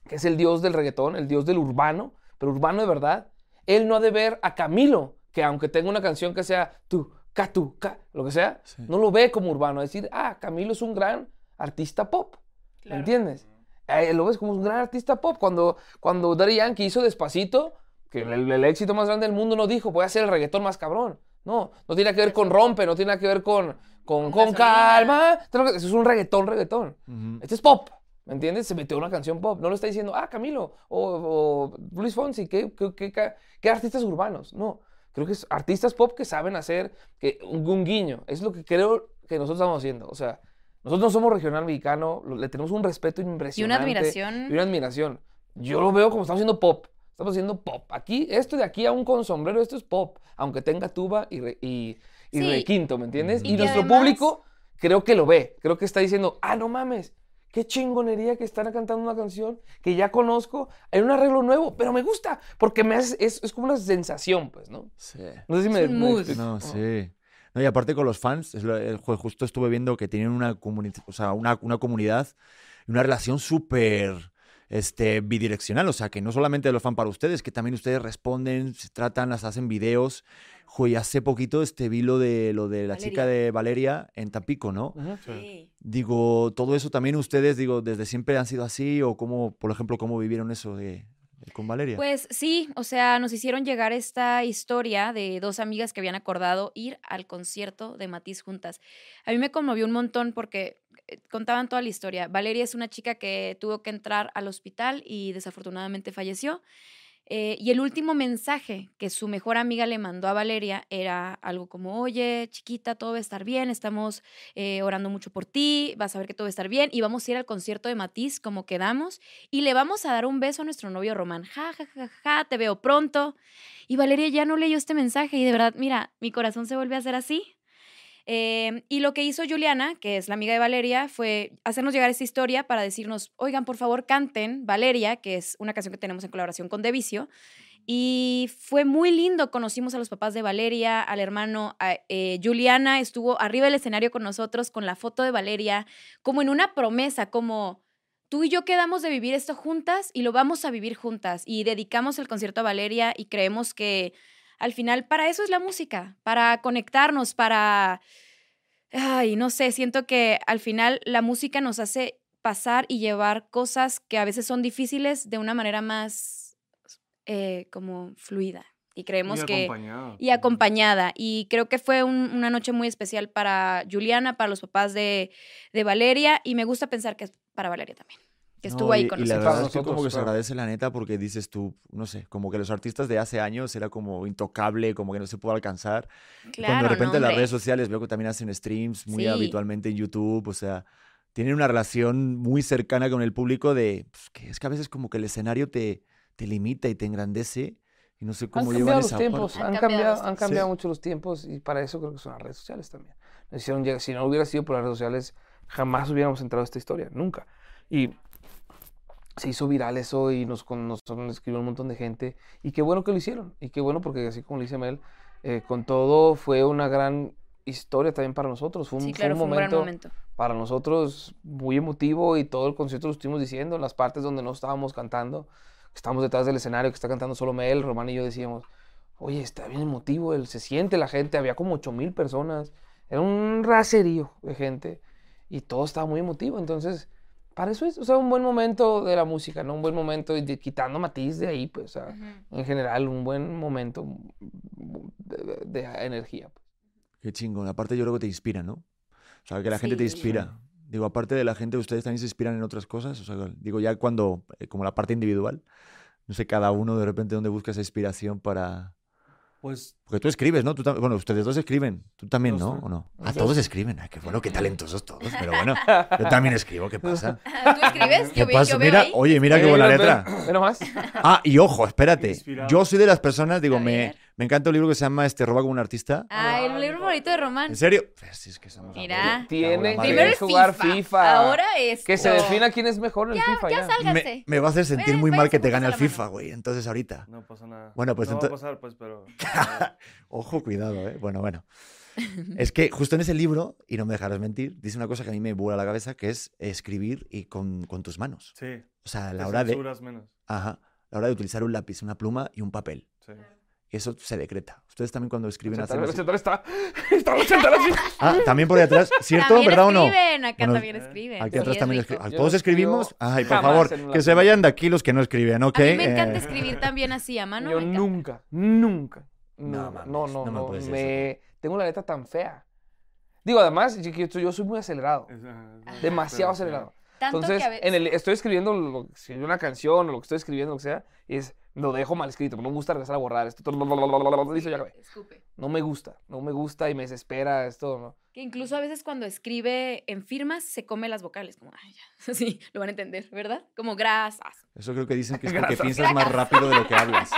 que es el dios del reggaetón, el dios del urbano, pero urbano de verdad, él no ha de ver a Camilo, que aunque tenga una canción que sea tú, ca, tú, ca, lo que sea, Sí. no lo ve como urbano. Es decir, ah, Camilo es un gran artista pop. ¿Me Claro. entiendes? Eh, lo ves como un gran artista pop. Cuando, cuando Daddy Yankee hizo Despacito, que el, el éxito más grande del mundo, no dijo, voy a hacer el reggaetón más cabrón. No, no tiene que ver con rompe, no tiene que ver con, con, con Con calma. gasolina. Es un reggaetón, reggaetón. Ujú. Este es pop. ¿Me entiendes? Se metió una canción pop. No lo está diciendo, ah, Camilo o, o Luis Fonsi, ¿qué, qué, qué, ca- qué artistas urbanos? No. Creo que es artistas pop que saben hacer que, un, un guiño. Es lo que creo que nosotros estamos haciendo. O sea, nosotros no somos regional mexicano, lo- le tenemos un respeto impresionante. Y una Y admiración. una admiración. Yo lo veo como estamos haciendo pop. Estamos haciendo pop. Aquí, esto de aquí, aún con sombrero, esto es pop. Aunque tenga tuba y, re- y, y Sí. requinto, ¿me entiendes? Ujú. Y, Y que nuestro además- público creo que lo ve. Creo que está diciendo, ah, no mames, qué chingonería que están cantando una canción que ya conozco en un arreglo nuevo, pero me gusta, porque me hace- es, es como una sensación, pues, ¿no? Sí. No sé si Es me. un me mood. explico. No, Ajá. sí. No, y aparte con los fans, es lo- eh, ju- justo estuve viendo que tienen una, comuni- o sea, una, una comunidad y una relación súper este, bidireccional. O sea, que no solamente los fans para ustedes, que también ustedes responden, se tratan, las hacen videos. Jo, y hace poquito este, vi lo de, lo de la chica de Valeria en Tampico, ¿no? Ujú. Sí. Digo, todo eso también ustedes, digo, desde siempre han sido así o cómo, por ejemplo, cómo vivieron eso de, de- con Valeria. Pues sí, o sea, nos hicieron llegar esta historia de dos amigas que habían acordado ir al concierto de Matiz juntas. A mí me conmovió un montón porque eh, contaban toda la historia. Valeria es una chica que tuvo que entrar al hospital y desafortunadamente falleció. Eh, y el último mensaje que su mejor amiga le mandó a Valeria era algo como, oye, chiquita, todo va a estar bien, estamos eh, orando mucho por ti, vas a ver que todo va a estar bien y vamos a ir al concierto de Matiz como quedamos y le vamos a dar un beso a nuestro novio Román. Ja, ja, ja, ja, ja, te veo pronto. Y Valeria ya no leyó este mensaje y de verdad, mira, mi corazón se vuelve a hacer así. Eh, y lo que hizo Juliana, que es la amiga de Valeria, fue hacernos llegar esta historia para decirnos, oigan, por favor, canten Valeria, que es una canción que tenemos en colaboración con Devicio. Y fue muy lindo, conocimos a los papás de Valeria, al hermano a- eh, Juliana, estuvo arriba del escenario con nosotros con la foto de Valeria, como en una promesa, como tú y yo quedamos de vivir esto juntas y lo vamos a vivir juntas. Y dedicamos el concierto a Valeria y creemos que al final para eso es la música, para conectarnos, para... Ay, no sé, siento que al final la música nos hace pasar y llevar cosas que a veces son difíciles de una manera más eh, como fluida. Y creemos Y que acompañado. y acompañada. Y creo que fue un- una noche muy especial para Juliana, para los papás de, de Valeria, y me gusta pensar que es para Valeria también, que No, estuvo ahí y- con y la nosotros. verdad Para es que como nosotros, que se claro. agradece la neta porque dices tú, no sé, como que los artistas de hace años era como intocable, como que no se pudo alcanzar. Cuando Claro, de repente no, las hombre. redes sociales veo que también hacen streams muy Sí. habitualmente en YouTube, o sea, tienen una relación muy cercana con el público de pues, que es que a veces como que el escenario te, te limita y te engrandece y no sé Han cómo llevan cambiado los esa tiempos, parte. parte. han Han cambiado cambiado, los han tiempos. cambiado Sí. mucho los tiempos y para eso creo que son las redes sociales también. Nos hicieron llegar- si no hubiera sido por las redes sociales, jamás hubiéramos entrado a esta historia, nunca. Y se hizo viral eso y nos, con- nos, nos escribió un montón de gente y qué bueno que lo hicieron y qué bueno porque así como lo dice Mel, eh, con todo fue una gran historia también para nosotros, fue un, Sí, fue claro, un fue un gran momento momento. para nosotros muy emotivo y todo el concierto lo estuvimos diciendo, en las partes donde no estábamos cantando, que estábamos detrás del escenario, que está cantando solo Mel, Román y yo decíamos, oye, está bien emotivo, él, se siente la gente, había como 8 mil personas, era un raserío de gente y todo estaba muy emotivo, entonces, para eso es, o sea, un buen momento de la música, ¿no? Un buen momento, y de- quitando matiz de ahí, pues, o sea, Ah. en general, un buen momento mm, de, de- de energía. pues. Qué chingón, aparte yo creo que te inspira, ¿no? O sea, que la gente te Sí. inspira. Digo, aparte de la gente, ustedes también se inspiran en otras cosas, o sea, digo, ya cuando, eh, como la parte individual, no sé, cada uno de repente dónde busca esa inspiración para, Pues Porque tú escribes, ¿no? Tú tam- bueno, ustedes dos escriben. Tú también, ¿no? Los tres. ¿O no? Ah, Los todos dos. escriben. Ah, qué bueno, qué talentosos todos. Pero bueno, yo también escribo. ¿Qué pasa? ¿Tú escribes? ¿Qué Yo, ve- pasa? yo veo Mira, ahí. oye, mira qué Eh, buena ve- ve- letra. ve nomás. Ah, y ojo, espérate. Inspirado. Yo soy de las personas, digo, A me, ver. me encanta un libro que se llama Este roba como un artista. Ah, el libro favorito de Román. ¿En serio? Pues, sí, es que somos la Mira. madre. Tiene La que madre. Primero es es jugar FIFA. FIFA. Ahora es. Que se defina quién es mejor en el FIFA. Ya, me, Sálganse. me va a hacer sentir Vayan, muy mal váyanse que te juntos gane a el la mano. FIFA, güey. Entonces ahorita. no pasa nada. Bueno, pues no ento- va a pasar, pues, pero. Ojo, cuidado, ¿eh? Bueno, bueno. Es que justo en ese libro, y no me dejarás mentir, dice una cosa que a mí me vuela la cabeza, que es escribir y con, con tus manos. Sí. O sea, a te la hora de, censuras menos. ajá, a la hora de utilizar un lápiz, una pluma y un papel. Sí. Eso se decreta. Ustedes también cuando escriben hacen El así. central está. Está el central así. Ah, también por ahí atrás, ¿cierto? También ¿Verdad o no? escriben, acá Bueno, también eh, escriben. Aquí sí, atrás es también rico. escriben. Yo ¿Todos no escribo escribimos? Ay, por jamás en favor, un que se lápiz. vayan de aquí los que no escriben, ¿ok? A mí me encanta Eh, escribir también así a mano. Yo Ah, me encanta. nunca, nunca, No no, mames, no, no, no me no, puedes decir me tengo la letra tan fea. Digo, además, yo, yo- yo soy muy acelerado, Es- ajá, es- demasiado pero sí. acelerado. Tanto Entonces, que a veces. en el, estoy escribiendo lo, si hay una canción o lo que estoy escribiendo, lo que sea, y es, lo dejo mal escrito, no me gusta regresar a borrar esto. listo, ya acabé. Escupe. No me gusta, no me gusta y me desespera esto, ¿no? Que incluso a veces cuando escribe en firmas se come las vocales, como, ay, ya, sí, lo van a entender, ¿verdad? Como grasas, Eso creo que dicen que es porque Grasas. piensas más rápido de lo que hablas.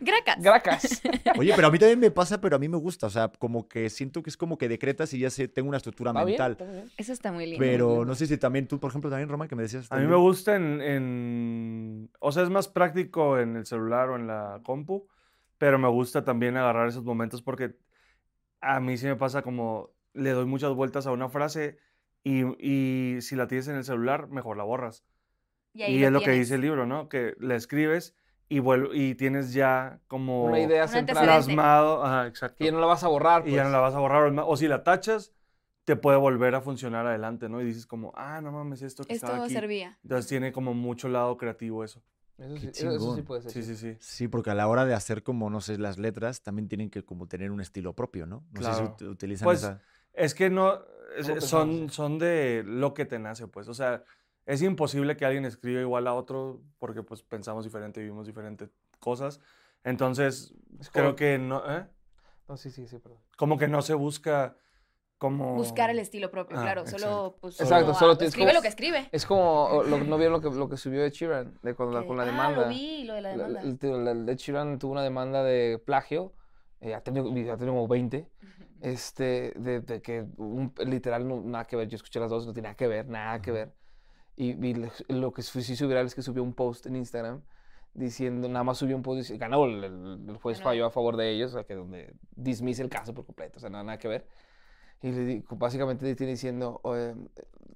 gracas. Gracas. Oye, pero a mí también me pasa, pero a mí me gusta. O sea, como que siento que es como que decretas y ya sé, tengo una estructura ¿Está bien? mental. ¿Está bien? Eso está muy lindo. Pero entiendo. no sé si también tú, por ejemplo, también, Román, que me decías. A mí también. me gusta en, en- O sea, es más práctico en el celular o en la compu, pero me gusta también agarrar esos momentos porque a mí sí me pasa como le doy muchas vueltas a una frase y, y si la tienes en el celular, mejor la borras. ahí Y, es lo que tienes. dice el libro, ¿no? Que la escribes y, vuel- y tienes ya como Una idea Un central. antecedente. plasmado. Ajá, exacto. Y ya no la vas a borrar, y ya no pues. la vas a borrar. o es más- O si la tachas, te puede volver a funcionar adelante, ¿no? Y dices como, ah, no mames, esto que estaba Esto aquí. servía. Entonces tiene como mucho lado creativo eso. pues. Eso Qué sí, eso- eso sí chingón. puede ser. Sí, sí, sí. Sí, porque a la hora de hacer como, no sé, las letras, también tienen que como tener un estilo propio, ¿no? No sé si Claro. ut- utilizan Pues, esa- Es que no, es- pensamos, son, eh. son de lo que te nace, pues. O sea, es imposible que alguien escriba igual a otro porque pues pensamos diferente, vivimos diferentes cosas. Entonces, Es como- creo que no, ¿eh? No, sí, sí, sí, perdón. como que no se busca como... Buscar el estilo propio, Oh. Ah, claro. Solo, exacto. pues, Exacto, como, solo ah, tienes Escribe como- lo que escribe. Es como, o, lo- ¿no vieron lo que, lo que subió de Sheeran de con, la, con la demanda? Ah, lo vi, lo de la La- la- demanda. el tío- la- el Ed Sheeran tuvo una demanda de plagio, eh, ha, tenido, ha tenido como 20, eh, este, de, de que un- literal no- nada que ver, yo escuché las dos, no tenía nada que ver, nada que ver. Y, y le- lo que su- sí hizo viral es que subió un post en Instagram diciendo, nada más subió un post, dic- ganó, el, el- el juez Ganó. falló a favor de ellos, o sea, que donde dismiss el caso por completo, o sea, nada, nada que ver. Y le di- básicamente le tiene diciendo, o, eh,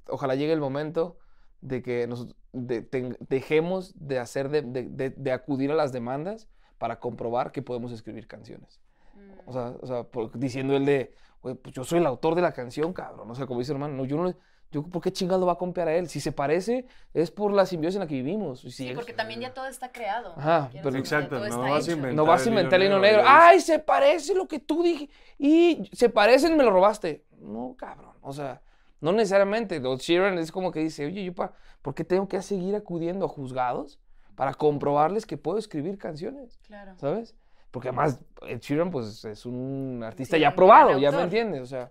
ojalá llegue el momento de que nos de- ten- dejemos de hacer de, de- de- de acudir a las demandas para comprobar que podemos escribir canciones. Mm. O sea, o sea, por- diciendo el de, "Güey, pues yo soy el autor de la canción, cabrón. O sea, como dice hermano, no, yo no, yo, ¿por qué chingas lo va a copiar a él? Si se parece, es por la simbiosis en la que vivimos. Y si Sí, es- porque también ya todo está creado. Ajá, Quieras pero- o ya Exacto, todo no está vas a hecho. inventar. no vas a el hilo inventar el hilo negro, negro. ya ¡Ay, se parece lo que tú dije! Y se parecen, me lo robaste. No, cabrón. O sea, no necesariamente. Lo Sheeran es como que dice, oye, yo pa, ¿por qué tengo que seguir acudiendo a juzgados para comprobarles que puedo escribir canciones? Claro. ¿Sabes? Porque además, Ed Sheeran, pues, es un artista Sí, ya un gran probado, ya me autor. entiendes. O sea,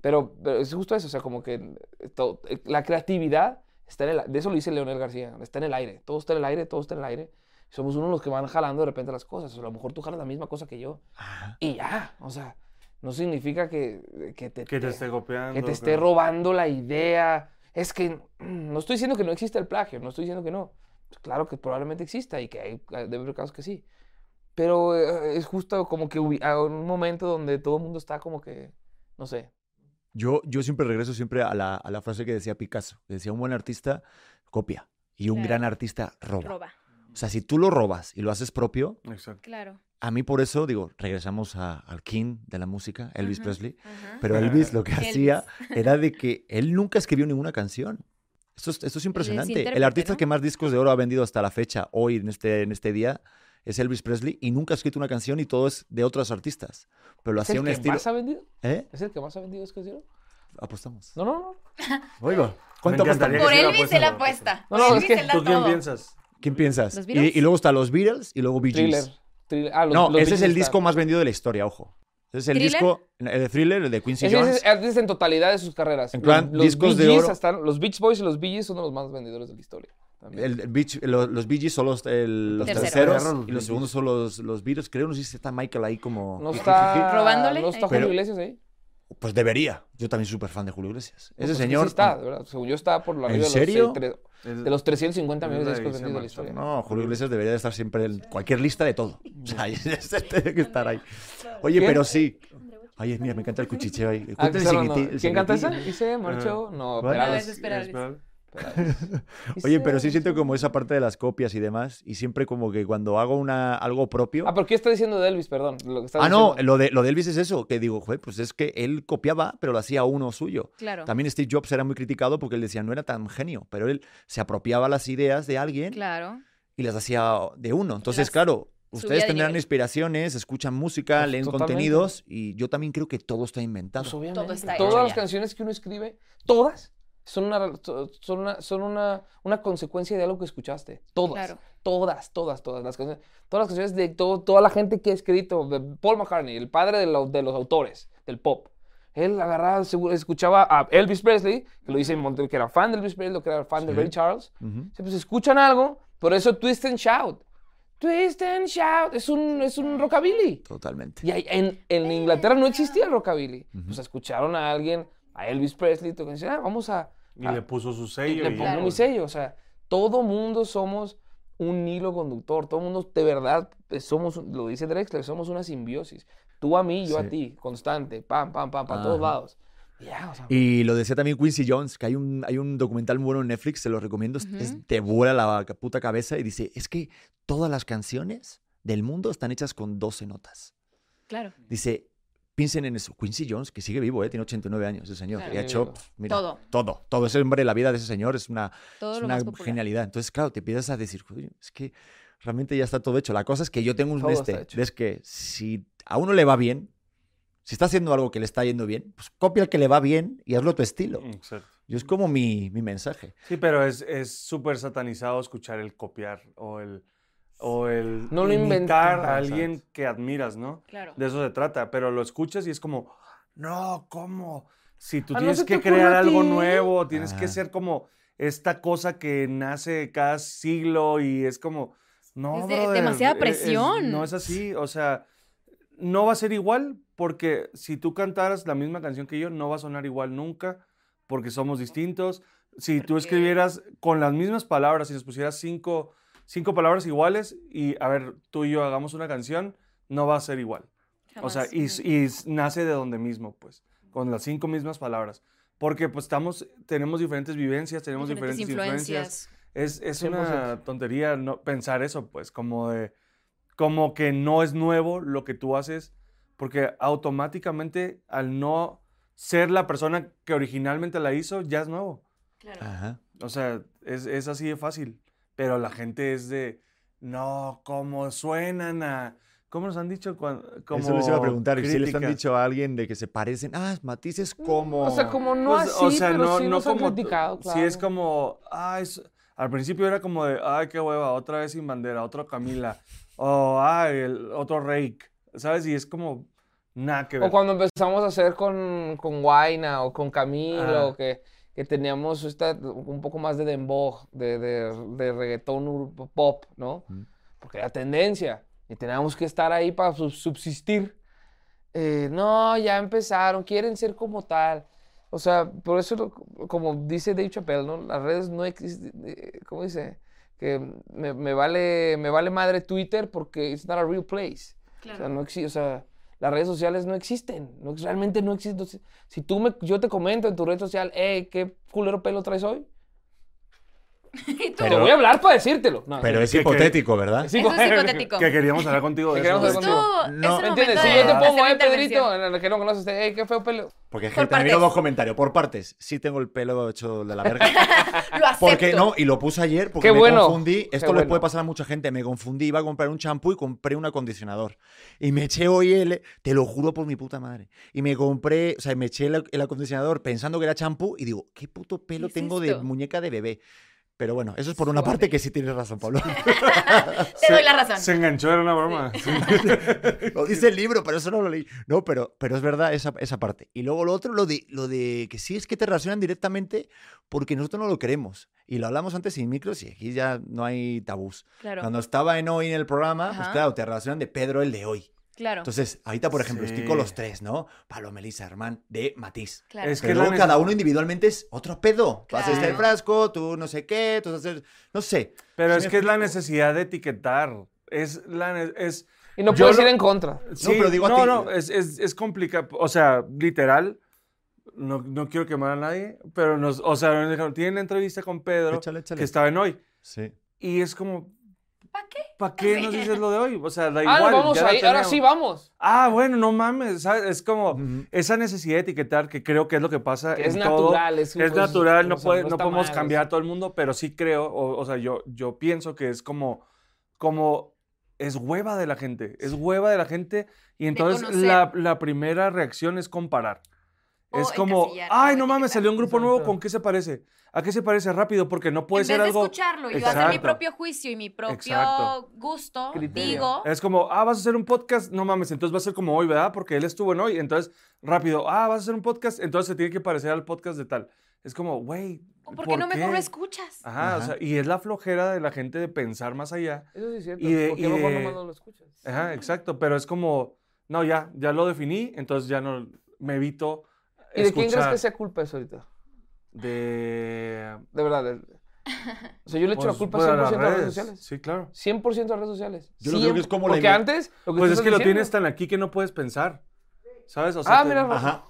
pero, pero es justo eso. O sea, como que to- eh, la creatividad está en el De eso lo dice Leonel García. Está en el aire. Todo está en el aire, todo está en el aire. Somos uno de los que van jalando de repente las cosas. O sea, a lo mejor tú jalas la misma cosa que yo. Ah, Y ya. O sea, no significa que, que te, Que te te- esté copiando. que te esté robando la idea. Es que mm, no estoy diciendo que no exista el plagio, no estoy diciendo que no. Pues claro que probablemente exista y que hay, eh, debe haber casos que sí. Pero eh, es justo como que hubi- a un momento donde todo el mundo está como que, no sé. Yo, yo siempre regreso siempre a la, a la frase que decía Picasso, que decía un buen artista copia y un Claro. gran artista roba. Roba. O sea, si tú lo robas y lo haces propio, Exacto. Claro. a mí por eso, digo, regresamos a- al king de la música, Elvis Ujú. Presley. Ajá. Pero Elvis lo que Elvis. hacía era de que él nunca escribió ninguna canción. Esto es, esto es impresionante. El intérprete, artista ¿no? que más discos de oro ha vendido hasta la fecha, hoy en este, en este día, es Elvis Presley y nunca ha escrito una canción y todo es de otros artistas. Pero lo ¿Es el hacía un que estilo. más ha vendido? ¿Eh? ¿Es el que más ha vendido es que hicieron? Apostamos. No, no, no. Oigo. ¿Cuánto Me encantaría apostamos? Por sí pues, la Elvis se la apuesta, apuesta. No, no, Elvis es que él da ¿Tú quién todo. piensas? ¿Quién piensas? Y, ¿Los Beatles? y luego está los Beatles y luego Bee Gees. Thriller. Thriller- ah, los- no, ese es los Beatles el están- disco más vendido de la historia, ojo. Ese es el ¿Thriller? disco, el de Thriller, el de Quincy Ese Jones. es artistas en totalidad de sus carreras. En plan, discos Bee de Gees oro. están- los Beach Boys y los Bee Gees son de los más vendedores de la historia. también. El- el Beach- lo- los Bee Gees son los, el- los Terceros. terceros Terceros, y Bee los segundos son los, los Beatles. Creo, no sé si está Michael ahí como... no está. ¿Robándole? No está Ahí. Julio Pero- Iglesias ahí. Pues debería. Yo también soy súper fan de Julio Iglesias. Ese No, pues es que señor... mm. Sí está, de verdad. Según yo está por lo ¿En arriba de los, serio? seis- tres- Es- de los 350 millones de Es la discos división vendidos de la historia. No, Julio Iglesias debería de estar siempre en cualquier lista de todo. O sea, ese tiene que estar ahí. Oye, ¿Quién? pero sí. Oye, mira, me encanta el cuchicheo ahí. Ah, Cuéntale el claro, no. siguiente- el ¿Quién canta siguiente. esa? ¿Y se marchó? No, Ah. ¿Cuál? Perales. A veces Perales. Y Oye, se pero sí siento marchó. como esa parte de las copias y demás. Y siempre como que cuando hago una, algo propio... Ah, pero ¿qué está diciendo de Elvis? Perdón. Lo que estás Ah, no, diciendo. lo de, lo de Elvis es eso, que digo, "Joder, pues es que él copiaba, pero lo hacía uno suyo. Claro. También Steve Jobs era muy criticado porque él decía no era tan genio, pero él se apropiaba las ideas de alguien Claro. y las hacía de uno. Entonces, Las claro, subía ustedes de tendrán nivel. inspiraciones, escuchan música, Pues, leen totalmente. contenidos y yo también creo que todo está inventado. Pues obviamente. Todo está Todas hecho las ya. canciones que uno escribe, todas, son una, to- son una, son una, una consecuencia de algo que escuchaste. Todas. Claro. Todas, todas, todas las canciones. Todas las canciones de todo- toda la gente que ha escrito. de Paul McCartney, el padre de, los- de los autores del pop. Él agarraba, seguro- escuchaba a Elvis Presley, que lo dice en Monterrey, que era fan de Elvis Presley, que era fan de Sí. Ray Charles. Ujú. Sí, pues escuchan algo, por eso Twist and Shout. Twist and Shout es un, es un rockabilly. Totalmente. Y ahí- en, en Inglaterra no existía el rockabilly. Pues escucharon a alguien, a Elvis Presley, tocan, y dicen, "Ah, vamos a... Y a- le puso su le sello. y pongo ya, mi güey. sello. O sea, todo mundo somos un hilo conductor. Todo mundo, de verdad, eh, somos, un- lo dice Drexler, somos una simbiosis. Tú a mí, yo a Sí. ti, constante, pam, pam, pam, para todos Ajá. lados. Ya, o sea, Y lo decía también Quincy Jones, que hay un, hay un documental muy bueno en Netflix, se lo recomiendo, es- es- Ujú. te vuela la ca- puta cabeza y dice, es que todas las canciones del mundo están hechas con 12 notas. Claro. Dice, piensen en eso, Quincy Jones, que sigue vivo, ¿eh? tiene 89 años ese señor, Claro. y ha hecho pues, Vivo. mira, Todo. todo, todo ese hombre, la vida de ese señor es una, Todo es lo una más popular. genialidad. Entonces, claro, te empiezas a decir, "Joder, es que realmente ya está todo hecho. La cosa es que yo tengo un Todo está este, hecho. de es que si a uno le va bien, si está haciendo algo que le está yendo bien, pues copia el que le va bien y hazlo a tu estilo. Exacto. Yo es como mi, mi mensaje. Sí, pero es es súper satanizado escuchar el copiar o el, o el No lo imitar inventar, a alguien exacto. que admiras, ¿no? Claro. De eso se trata, pero lo escuchas y es como, no, ¿cómo? Si tú Ah, ¿no tienes se te que ocurre a crear algo ti? nuevo, tienes que Ah. ser como esta cosa que nace cada siglo y es como, no, Es de- brother, demasiada e- es- presión. no es así, o sea, no va a ser igual porque si tú cantaras la misma canción que yo, no va a sonar igual nunca porque somos distintos. Si tú Porque- escribieras con las mismas palabras y nos pusieras cinco, cinco palabras iguales y a ver, tú y yo hagamos una canción, no va a ser igual. O sea, Jamás. y, y s- nace de donde mismo, pues, con las cinco mismas palabras. Porque pues estamos, tenemos diferentes vivencias, tenemos diferentes, influencias. Es, es una 100%. tontería no, pensar eso, pues, como de, como que no es nuevo lo que tú haces, porque automáticamente al no ser la persona que originalmente la hizo, ya es nuevo. Ah. Ajá. O sea, es, es así de fácil. Pero la gente es de, no, como suenan a... ¿Cómo nos han dicho? cuan- Como Eso les iba a preguntar. Si les han críticas? dicho a alguien de que se parecen, ah, matices como... Mm, o sea, como no Pues, así, o sea, pero no, sí no nos han como... criticado, Si es claro. como, ay, es- al principio era como de, ay, qué hueva, otra vez sin bandera, otro Camila, o ay, el otro Rake, ¿sabes? Y es como, nada que ver. O cuando empezamos a hacer con, con Guayna o con Camilo, Ah. que, que teníamos esta- un poco más de dembow, de, de, de reggaetón ur- pop, ¿no? Mm. Porque era tendencia y teníamos que estar ahí para sub- subsistir. Eh, no, ya empezaron, quieren ser como tal. O sea, por eso, lo- como dice Dave Chappelle, ¿no? Las redes no existen, eh, ¿cómo dice? Que me, me vale, me vale madre Twitter porque it's not a real place. O sea, no exi- o sea, las redes sociales no existen, no, realmente no existen. Si- Si tú me, yo te comento en tu red social, hey, qué culero pelo traes hoy, te Pero- voy a hablar para decírtelo. No, Pero sí, es Que- que- hipotético, ¿verdad? sí, Eso güey. es hipotético. Que queríamos hablar contigo de Que eso. queríamos Tú, hablar contigo. No. es el ¿Entiendes? momento Si de yo te hacer pongo, la eh, intervención. Pedrito, en el que no conoces, hey, qué feo pelo. Porque es que Por también partes. hubo dos comentarios. Por partes, sí tengo el pelo hecho de la verga. Lo acepto. Porque no, y lo puse ayer porque Qué me bueno, confundí. qué Esto le bueno. puede pasar a mucha gente. Me confundí, iba a comprar un champú y compré un acondicionador. Y me eché hoy el, te lo juro por mi puta madre. Y me compré, o sea, me eché el, el acondicionador pensando que era champú y digo, ¿qué puto pelo ¿Qué es tengo de esto? muñeca de bebé? Pero bueno, eso es por una Suave. parte que sí tienes razón, Pablo. Te doy la razón. Se enganchó, era una broma. Lo dice el libro, pero eso no lo leí. No, pero, pero es verdad esa, esa parte. Y luego lo otro, lo de, lo de que sí es que te relacionan directamente porque nosotros no lo queremos. Y lo hablamos antes sin micros y aquí ya no hay tabús. Claro, Cuando estaba en hoy en el programa, pues Ajá. claro, te relacionan de Pedro el de hoy. claro, Entonces, ahorita, por ejemplo, estoy con Sí. los tres, ¿no? Pablo, Melissa, Herman, de Matiz. claro. es que- Pero luego la cada neces- uno individualmente es otro pedo. Tú haces Claro. el frasco, tú no sé qué, tú haces... No sé. Pero Sí es me que es la explico. necesidad de etiquetar. Es la. ne- Es, Y no Yo puedes lo- ir en contra. sí, pero digo a no, ti. No, es, es, es complicado. O sea, literal. No, no quiero quemar a nadie, pero nos, o sea, nos dijeron, tienen entrevista con Pedro, Échale, échale. que estaba en hoy. Sí. Y es como, ¿Para qué? ¿para qué Sí. nos dices lo de hoy? O sea, da Ah, igual. no, vamos ya la ahí. Ahora tenemos. sí, vamos. Ah, bueno, no mames. ¿sabes? Es como Ujú. esa necesidad de etiquetar que creo que es lo que pasa Que es en todo. natural. Es, Es pues, natural, no, o sea, puede- no está podemos mal, cambiar a todo el mundo, pero sí creo, o, o sea, yo, yo pienso que es como, como, es hueva de la gente, es hueva de la gente y entonces conocer. la, la primera reacción es comparar. O es como, encasillar, ay, o no mames, etiquetar". salió un grupo nuevo, Exacto. ¿con qué se parece? ¿A qué se parece rápido? Porque no puede en ser vez de algo... escucharlo y yo hacer mi Exacto. propio juicio y mi propio Exacto. gusto, Criterio. digo, Es como, ah, vas a hacer un podcast, no mames, entonces va a ser como hoy, ¿verdad? Porque él estuvo en hoy, entonces rápido, ah, vas a hacer un podcast, entonces se tiene que parecer al podcast de tal. Es como, güey, ¿o ¿por qué Ah. no mejor lo escuchas? Ajá, o Ajá. sea, y es la flojera de la gente de pensar más allá. Eso sí es cierto. Y de- ¿Por qué y mejor de- nomás no lo escuchas? Ajá, exacto, pero es como, no, ya, ya lo definí, entonces ya no me evito ¿Y de quién crees escuchar que sea culpa eso ahorita? de De verdad. de- O sea, yo le echo pues, la culpa pues, 100% a las las redes sociales. Sí, claro. 100% a las redes sociales. Yo lo creo que es 100%. como la Porque inven- antes. Lo que Pues tú es estás que lo diciendo- tienes tan aquí que no puedes pensar. ¿Sabes? O Ah, te- mira, Ajá.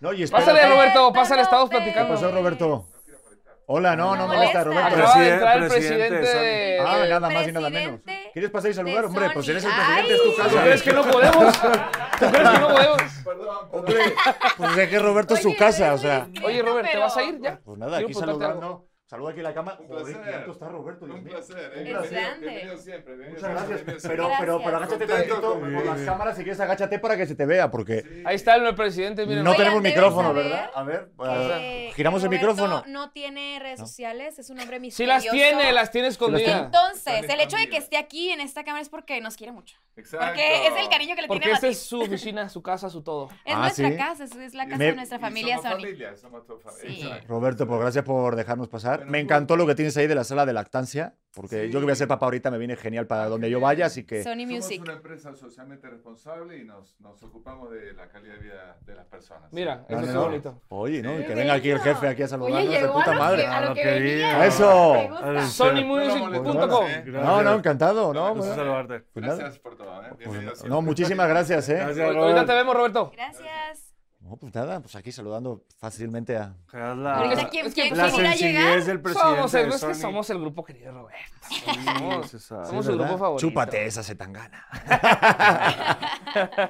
No, y espera- Pásale, Roberto. Pásale, estamos Roberto. ¿Qué platicando. pasó, Roberto? Hola, no, no, No ¿dónde está molesta. Roberto? Acaba de Preside- entrar el presidente presidente. de de- Ah, nada más y nada menos. Eh, Presidente ¿Quieres pasar y saludar? de Hombre, pues Sony. eres el presidente, es tu Ay. ¿Tú Pues casa. crees que no podemos? ¿Tú crees que no podemos? Hombre, pues es que Roberto es su Oye, casa, o eres sea. muy Oye, Robert, ¿te pero- vas a ir ya? Pues nada, Quiero aquí preguntarte algo. saludando. Saluda aquí la cama. Un Joder, qué placer. alto está Roberto, Dios Un mío. placer, Un eh. placer. Bienvenido, Grande. bienvenido siempre. bienvenido Muchas gracias. siempre, bienvenido Pero, pero, pero agáchate Contento, tantito por conmigo. las cámaras si quieres agáchate para que se te vea, porque Ahí está el presidente, miren. no Oigan, tenemos deben micrófono, saber ¿verdad? A ver, que- eh, giramos que el Roberto micrófono. No tiene redes sociales, es un hombre Sí misterioso. las tiene, las tiene escondidas. Entonces, Está el hecho de que escondido. esté aquí en esta cámara es porque nos quiere mucho. siempre. Exacto. Porque es el cariño que le Porque tiene a esta ti. es su oficina, su casa, su todo. Es Ah, nuestra ¿sí? casa, es, es la casa Me- de nuestra Y familia, somos Sony. familia, somos tu familia. Sí. Exacto. Roberto, pues gracias por dejarnos pasar. Bueno, me tú- encantó lo que tienes ahí de la sala de lactancia, porque Sí. yo que voy a ser papá ahorita me viene genial para donde yo vaya, así que... Sony Somos Music. una empresa socialmente responsable y nos, nos ocupamos de la calidad de vida de las personas. Mira, Sí. No, eso no, es no. bonito. Oye, ¿no? Y Qué que venga aquí el bello. jefe aquí a Oye, saludarnos de llegó a puta lo que, madre. a lo que A Ah, lo que venía. vino. Eso. Me gusta. No SonyMusic.com. lo molestamos, ¿eh? No, no, encantado, ¿no? Gusto Bueno, saludarte. pues nada. Gracias por todo, ¿eh? Pues Bienvenido no, no, siempre. muchísimas gracias, ¿eh? Gracias, Ahorita te Robert. vemos, Roberto. Gracias. No, pues nada, pues aquí saludando fácilmente a... Que Ah, es Ahorita, La, ¿quién, es que quién la quién irá pues, a llegar? sencillez del presidente. Somos de el, es que Sony. somos el grupo querido, Roberto. Somos esa- Somos ¿Sí, su verdad? grupo favorito. Chúpate esa setangana.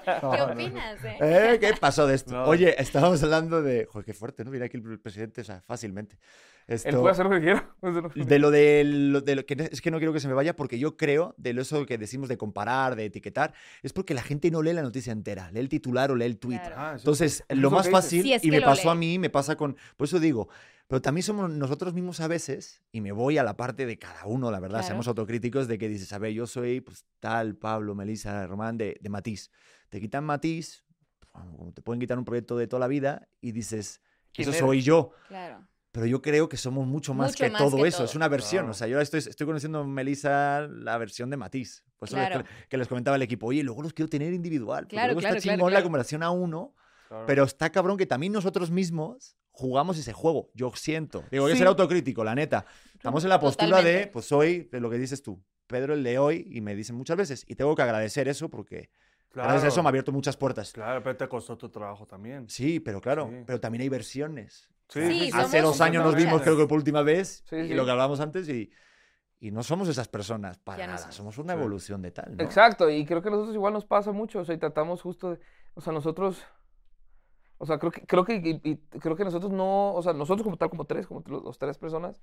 ¿Qué opinas? eh? ¿Eh? ¿Qué pasó de esto? No. Oye, estábamos hablando de... Joder, qué fuerte, ¿no? Viene aquí el presidente, o sea, fácilmente. Esto... Él puede hacer lo que quiera. puede hacer lo que De lo de, lo, de lo que es que no quiero que se me vaya porque yo creo de lo eso que decimos de comparar, de etiquetar, es porque la gente no lee la noticia entera, lee el titular o lee el tweet. Claro. Ah, eso- Entonces, es lo lo más que dices. fácil, Si es y que me lo pasó a lee. mí, me pasa con, por eso digo, pero también somos nosotros mismos a veces, y me voy a la parte de cada uno, la verdad, Claro. seamos autocríticos, de que dices, a ver, yo soy pues, tal Pablo, Melissa, Román, de, de Matiz. Te quitan Matiz, pues, como te pueden quitar un proyecto de toda la vida, y dices, ¿Quién eso eres? soy yo Claro. pero yo creo que somos mucho más Mucho que más todo que eso. Es todo. una versión. Claro. O sea, yo ahora estoy, estoy conociendo a Melissa la versión de Matiz. Por eso les- Claro. que les comentaba el equipo, oye, luego los quiero tener individual. porque Claro, luego claro, está claro, chingón la claro. conversación a uno, Claro. pero está cabrón que también nosotros mismos jugamos ese juego. Yo siento. Digo, hay que Sí. ser autocrítico, la neta. Estamos en la postura de, Totalmente. pues soy, de lo que dices tú, Pedro el de hoy, y me dicen muchas veces. Y tengo que agradecer eso porque gracias a eso me ha abierto muchas puertas. Claro, pero te costó tu trabajo también. Sí, pero claro, Sí. pero también hay versiones. Sí, sí, Hace somos dos años nos vimos, muchas. creo que por última vez, Sí, y sí. lo que hablábamos antes, y, y no somos esas personas para Ya no nada, somos. somos. una Sí. evolución de tal. ¿no? Exacto, y creo que a nosotros igual nos pasa mucho, o sea, y tratamos justo de, o sea, nosotros, o sea, creo que, creo que, y- y creo que nosotros no, o sea, nosotros como tal, como tres, como los, los tres personas,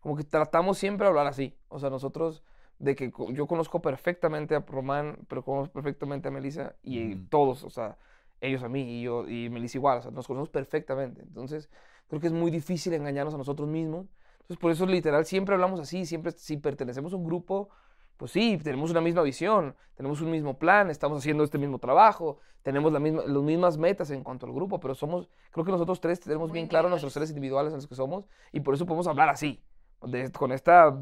como que tratamos siempre de hablar así, o sea, nosotros, de que co- yo conozco perfectamente a Román, pero conozco perfectamente a Melissa, y Ujú. todos, o sea, ellos a mí y yo, y Melissa igual, o sea, nos conocemos perfectamente, entonces, creo que es muy difícil engañarnos a nosotros mismos, Entonces, por eso literal siempre hablamos así, siempre si pertenecemos a un grupo, pues sí, tenemos una misma visión, tenemos un mismo plan, estamos haciendo este mismo trabajo, tenemos la misma, las mismas metas en cuanto al grupo, pero somos, creo que nosotros tres tenemos Muy bien claro nuestros seres individuales en los que somos y por eso podemos hablar así, de- con esta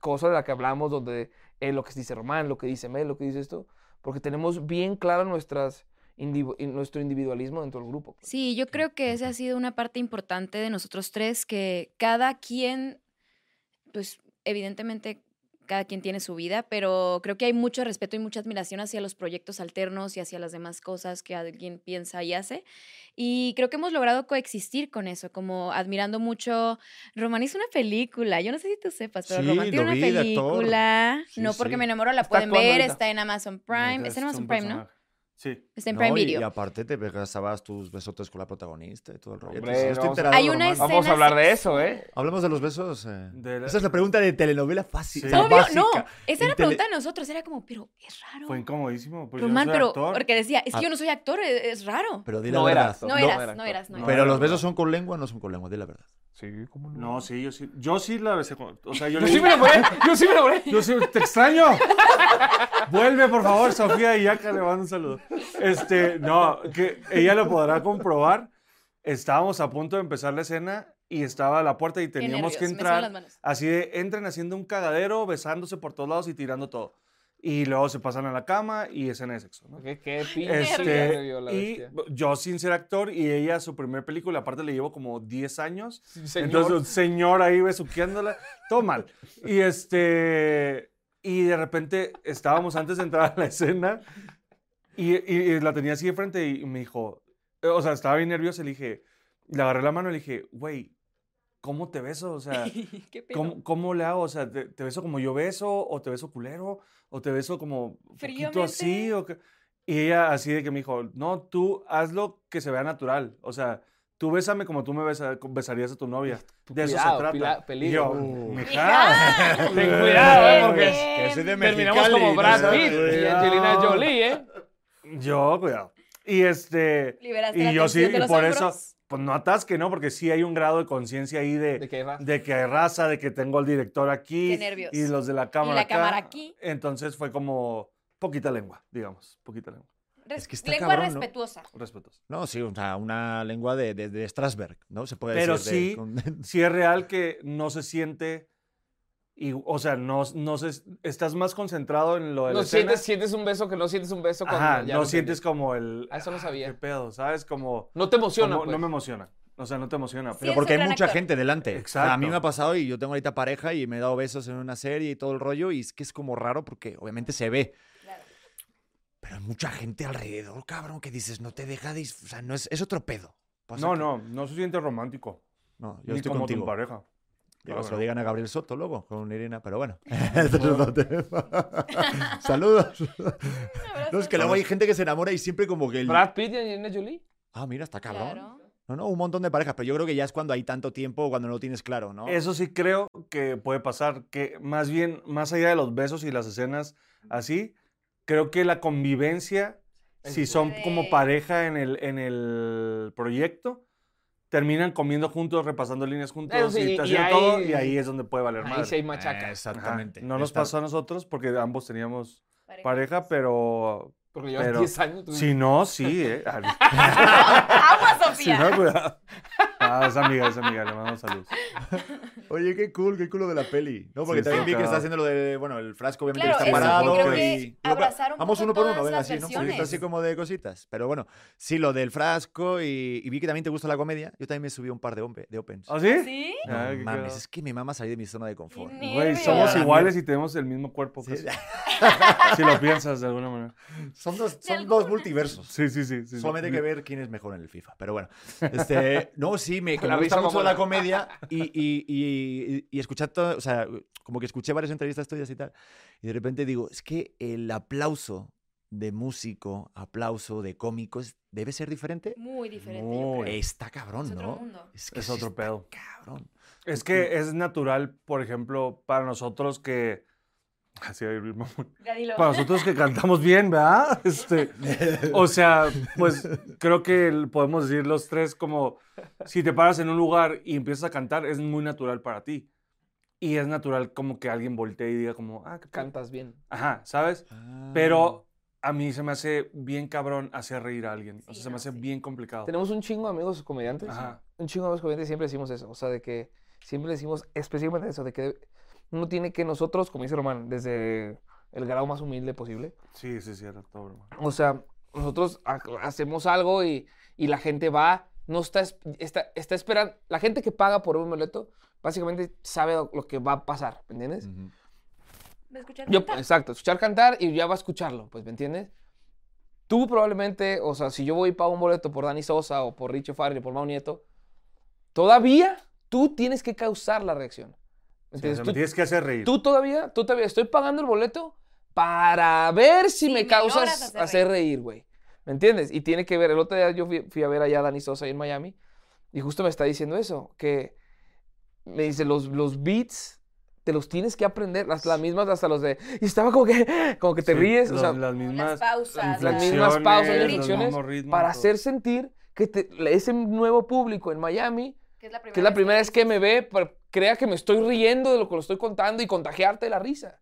cosa de la que hablamos, donde eh, lo que dice Román, lo que dice Mel, lo que dice esto, porque tenemos bien claro nuestras, individu- nuestro individualismo dentro del grupo. pues. Sí, yo creo que esa ha sido una parte importante de nosotros tres, que cada quien, pues evidentemente cada quien tiene su vida, pero creo que hay mucho respeto y mucha admiración hacia los proyectos alternos y hacia las demás cosas que alguien piensa y hace. Y creo que hemos logrado coexistir con eso, como admirando mucho. Román hizo una película, yo no sé si tú sepas, pero Sí, Román tiene lo una vi, de actor. película. Sí, no porque sí. me enamoro, la Está pueden actuando ver, ahorita. está en Amazon Prime. Está en Es un Amazon Prime, ¿no? personaje. Sí. Está en No, Prime y- Video. Y, aparte te besabas tus besotes con la protagonista y todo el rollo. Hombre, Entonces, yo estoy vamos a- enterado, Hay una Román. escena Vamos a hablar de eso, ¿eh? Hablamos de los besos. eh? De la- Esa es la pregunta de telenovela fácil. Sí. o sea, Obvio, básica. no. Esa era la en tele- pregunta de nosotros. Era como, pero es raro. Fue incomodísimo. Pues yo no Román, soy pero. actor. Porque decía, es que Ah. yo no soy actor, e, es, es raro. Pero di la No verdad. eras. No era eras, actor. no eras, no No, eras. Pero era los verdad. besos son con lengua o no son con lengua, di la verdad. Sí, ¿cómo No, sí, yo sí. Yo sí la besé con. O sea, yo Yo le sí dije, me enamoré, yo sí me enamoré. Yo sí, te extraño. Vuelve, por favor, Sofía y Yaka, le mando un saludo. Este, no, que ella lo podrá comprobar. Estábamos a punto de empezar la escena y estaba a la puerta y Qué teníamos nervios, que me sudan entrar. las manos. Así de, entren haciendo un cagadero, besándose por todos lados y tirando todo. Y luego se pasan a la cama y escena de sexo, ¿no? Qué, qué pinche Este, nervio la y bestia. yo sin ser actor y ella su primer película, aparte le llevo como 10 años. Señor. Entonces un señor ahí besuqueándola, todo mal. Y este y de repente estábamos antes de entrar a la escena y, y- y la tenía así de frente y me dijo, eh, o sea, estaba bien nerviosa, le dije, le agarré la mano y le dije, "Güey, ¿cómo te beso?" O sea, Qué pedo. ¿Cómo, cómo le hago? O sea, ¿te, te beso como yo beso? ¿O te beso culero? ¿O te beso como poquito así? Fríamente. ¿O qué? Y ella así de que me dijo, no, tú hazlo que se vea natural. O sea, tú bésame como tú me besa- besarías a tu novia. De eso Cuidado, se trata. pila- Y yo, peligro. Uh. mija. Ten cuidado, ¿eh? Porque Bien. Que soy de terminamos Mexicali, como ¿no? Brad Pitt y Cuidado. Angelina Jolie, ¿eh? Yo, cuidado. Y este... Liberaste la Y yo sí, tensión de y los por hombros. eso, pues no atasque, ¿no? Porque sí hay un grado de conciencia ahí de, ¿De qué raza? de que hay raza, de que tengo al director aquí Qué nervios. y los de la cámara la acá. cámara aquí. Entonces fue como poquita lengua, digamos, poquita lengua. Res- Es que está Lengua cabrón, ¿no? respetuosa. Respetos. No, sí, o sea, una lengua de, de, de Strasberg, ¿no? Se puede Pero decir. de- sí, con- Si es real que no se siente y, o sea, no, no se, estás más concentrado en lo de la No escena. sientes, sientes un beso que no sientes un beso cuando Ajá, ya no lo sientes entendí. como el Ah, eso no "Ah, sabía. qué pedo, ¿sabes? Como No te emociona, como- pues. no me emociona. O sea, no te emociona, Sí, Pero es porque hay un gran mucha actor. gente delante. O sea, a mí Exacto. me ha pasado y yo tengo ahorita pareja y me he dado besos en una serie y todo el rollo y es que es como raro porque obviamente se ve. Claro. Pero hay mucha gente alrededor, cabrón, que dices, no te deja dis- O sea, no es, es otro pedo. Pasa No, que- no, no se siente romántico. No, yo ni estoy como contigo. tu pareja. Digo, Claro, se lo no. digan a Gabriel Soto luego, con Irina, pero bueno. Este es otro tema. Saludos. No, es que luego hay gente que se enamora y siempre como que... el- Brad Pitt y Angelina Jolie. Ah, mira, está cabrón. Claro. No, no, un montón de parejas, pero yo creo que ya es cuando hay tanto tiempo, cuando no lo tienes claro, ¿no? Eso sí creo que puede pasar, que más bien, más allá de los besos y las escenas así, creo que la convivencia, si son como Sí. pareja en el, en el proyecto, terminan comiendo juntos, repasando líneas juntos sí, y, y- y haciendo todo, ahí- y ahí es donde puede valer Ahí más. sí hay machacas. exactamente. No nos Está- pasó a nosotros porque ambos teníamos Pareja. pareja, pero Porque llevas Pero- 10 años. tú- si no, sí, ¿eh? Agua, Si Sofía. no, cuidado. Ah, es amiga, es amiga, le mando saludos. Oye, qué cool, qué culo de la peli. No, porque Sí, también está vi que cabrón. está haciendo lo de, bueno, el frasco obviamente Claro, que eso está parado. creo y- que Bueno, pero abrazar un Vamos poco uno por uno, todas ven las así, ¿no? Porque versiones. Está así como de cositas. Pero bueno, sí, lo del frasco y, y vi que también te gusta la comedia. Yo también me subí a un par de, ompe- de opens. ¿Ah, sí? ¿Sí? No Ah, qué mames, cagado. es que mi mamá salió de mi zona de confort. Qué Güey, Nervios. somos Ya, iguales y tenemos el mismo cuerpo. Sí. Ah. casi. si lo piensas de alguna manera. Son dos, De son dos alguna. multiversos. Sí, sí, sí. sí, sí. Solamente hay que ver quién es mejor en el FIFA. Pero bueno, este, no, sí, me, que La me gusta risa mucho mamona. la comedia y, y, y, y- y escuchar todo, o sea, como que escuché varias entrevistas tuyas y tal, y de repente digo, es que el aplauso de músico, aplauso de cómico, es- debe ser diferente. Muy diferente. yo Muy. creo. Está Es cabrón, otro ¿no? mundo. Es Es sí otro está pedo. Cabrón. Es que es natural, por ejemplo, para nosotros que. Así va a ir bien mamón. Ya dilo. Para nosotros que cantamos bien, ¿verdad? Este, o sea, pues creo que el- podemos decir los tres como si te paras en un lugar y empiezas a cantar, es muy natural para ti. y es natural como que alguien voltee y diga como, ah, qué pedo". Cantas bien. Ajá, ¿sabes? Mm. Pero a mí se me hace bien cabrón hacer reír a alguien. O sea, Sí, se me no, hace sí. bien complicado. Tenemos un chingo de amigos comediantes. Ajá. Un chingo de amigos comediantes siempre decimos eso. O sea, de que siempre decimos específicamente eso, de que uno tiene que nosotros, como dice Román, desde el grado más humilde posible. Sí, sí, sí, era todo, hermano. O sea, nosotros ha- hacemos algo y, y la gente va, no está, es- está, está esperando. La gente que paga por un boleto, básicamente sabe lo, lo que va a pasar, ¿me entiendes? Ujú. ¿Me escuchas Yo, cantar? exacto, escuchar cantar y ya va a escucharlo, pues, ¿me entiendes? Tú probablemente, o sea, si yo voy y pago un boleto por Dani Sosa o por Richo Farrell o por Mau Nieto, todavía tú tienes que causar la reacción. ¿Me Sí, o entiendes? sea, me Tú- tienes que hacer reír. tú, todavía, tú todavía estoy pagando el boleto para ver si Si me me logras causas hacer hacer reír, güey. ¿Me entiendes? Y tiene que ver, el otro día yo fui, fui a ver allá a Dani Sosa ahí en Miami y justo me está diciendo eso, que me dice, los, los beats te los tienes que aprender, las, las mismas hasta los de... Y estaba como que, como que te Sí, ríes, o los- sea, las mismas pausas, las inflexiones, mismas pausas, los inflexiones, mismos ritmos, para todo. hacer sentir que te- ese nuevo público en Miami Que es la primera, que es la vez primera vez que dices. me ve, pero crea que me estoy riendo de lo que lo estoy contando y contagiarte de la risa.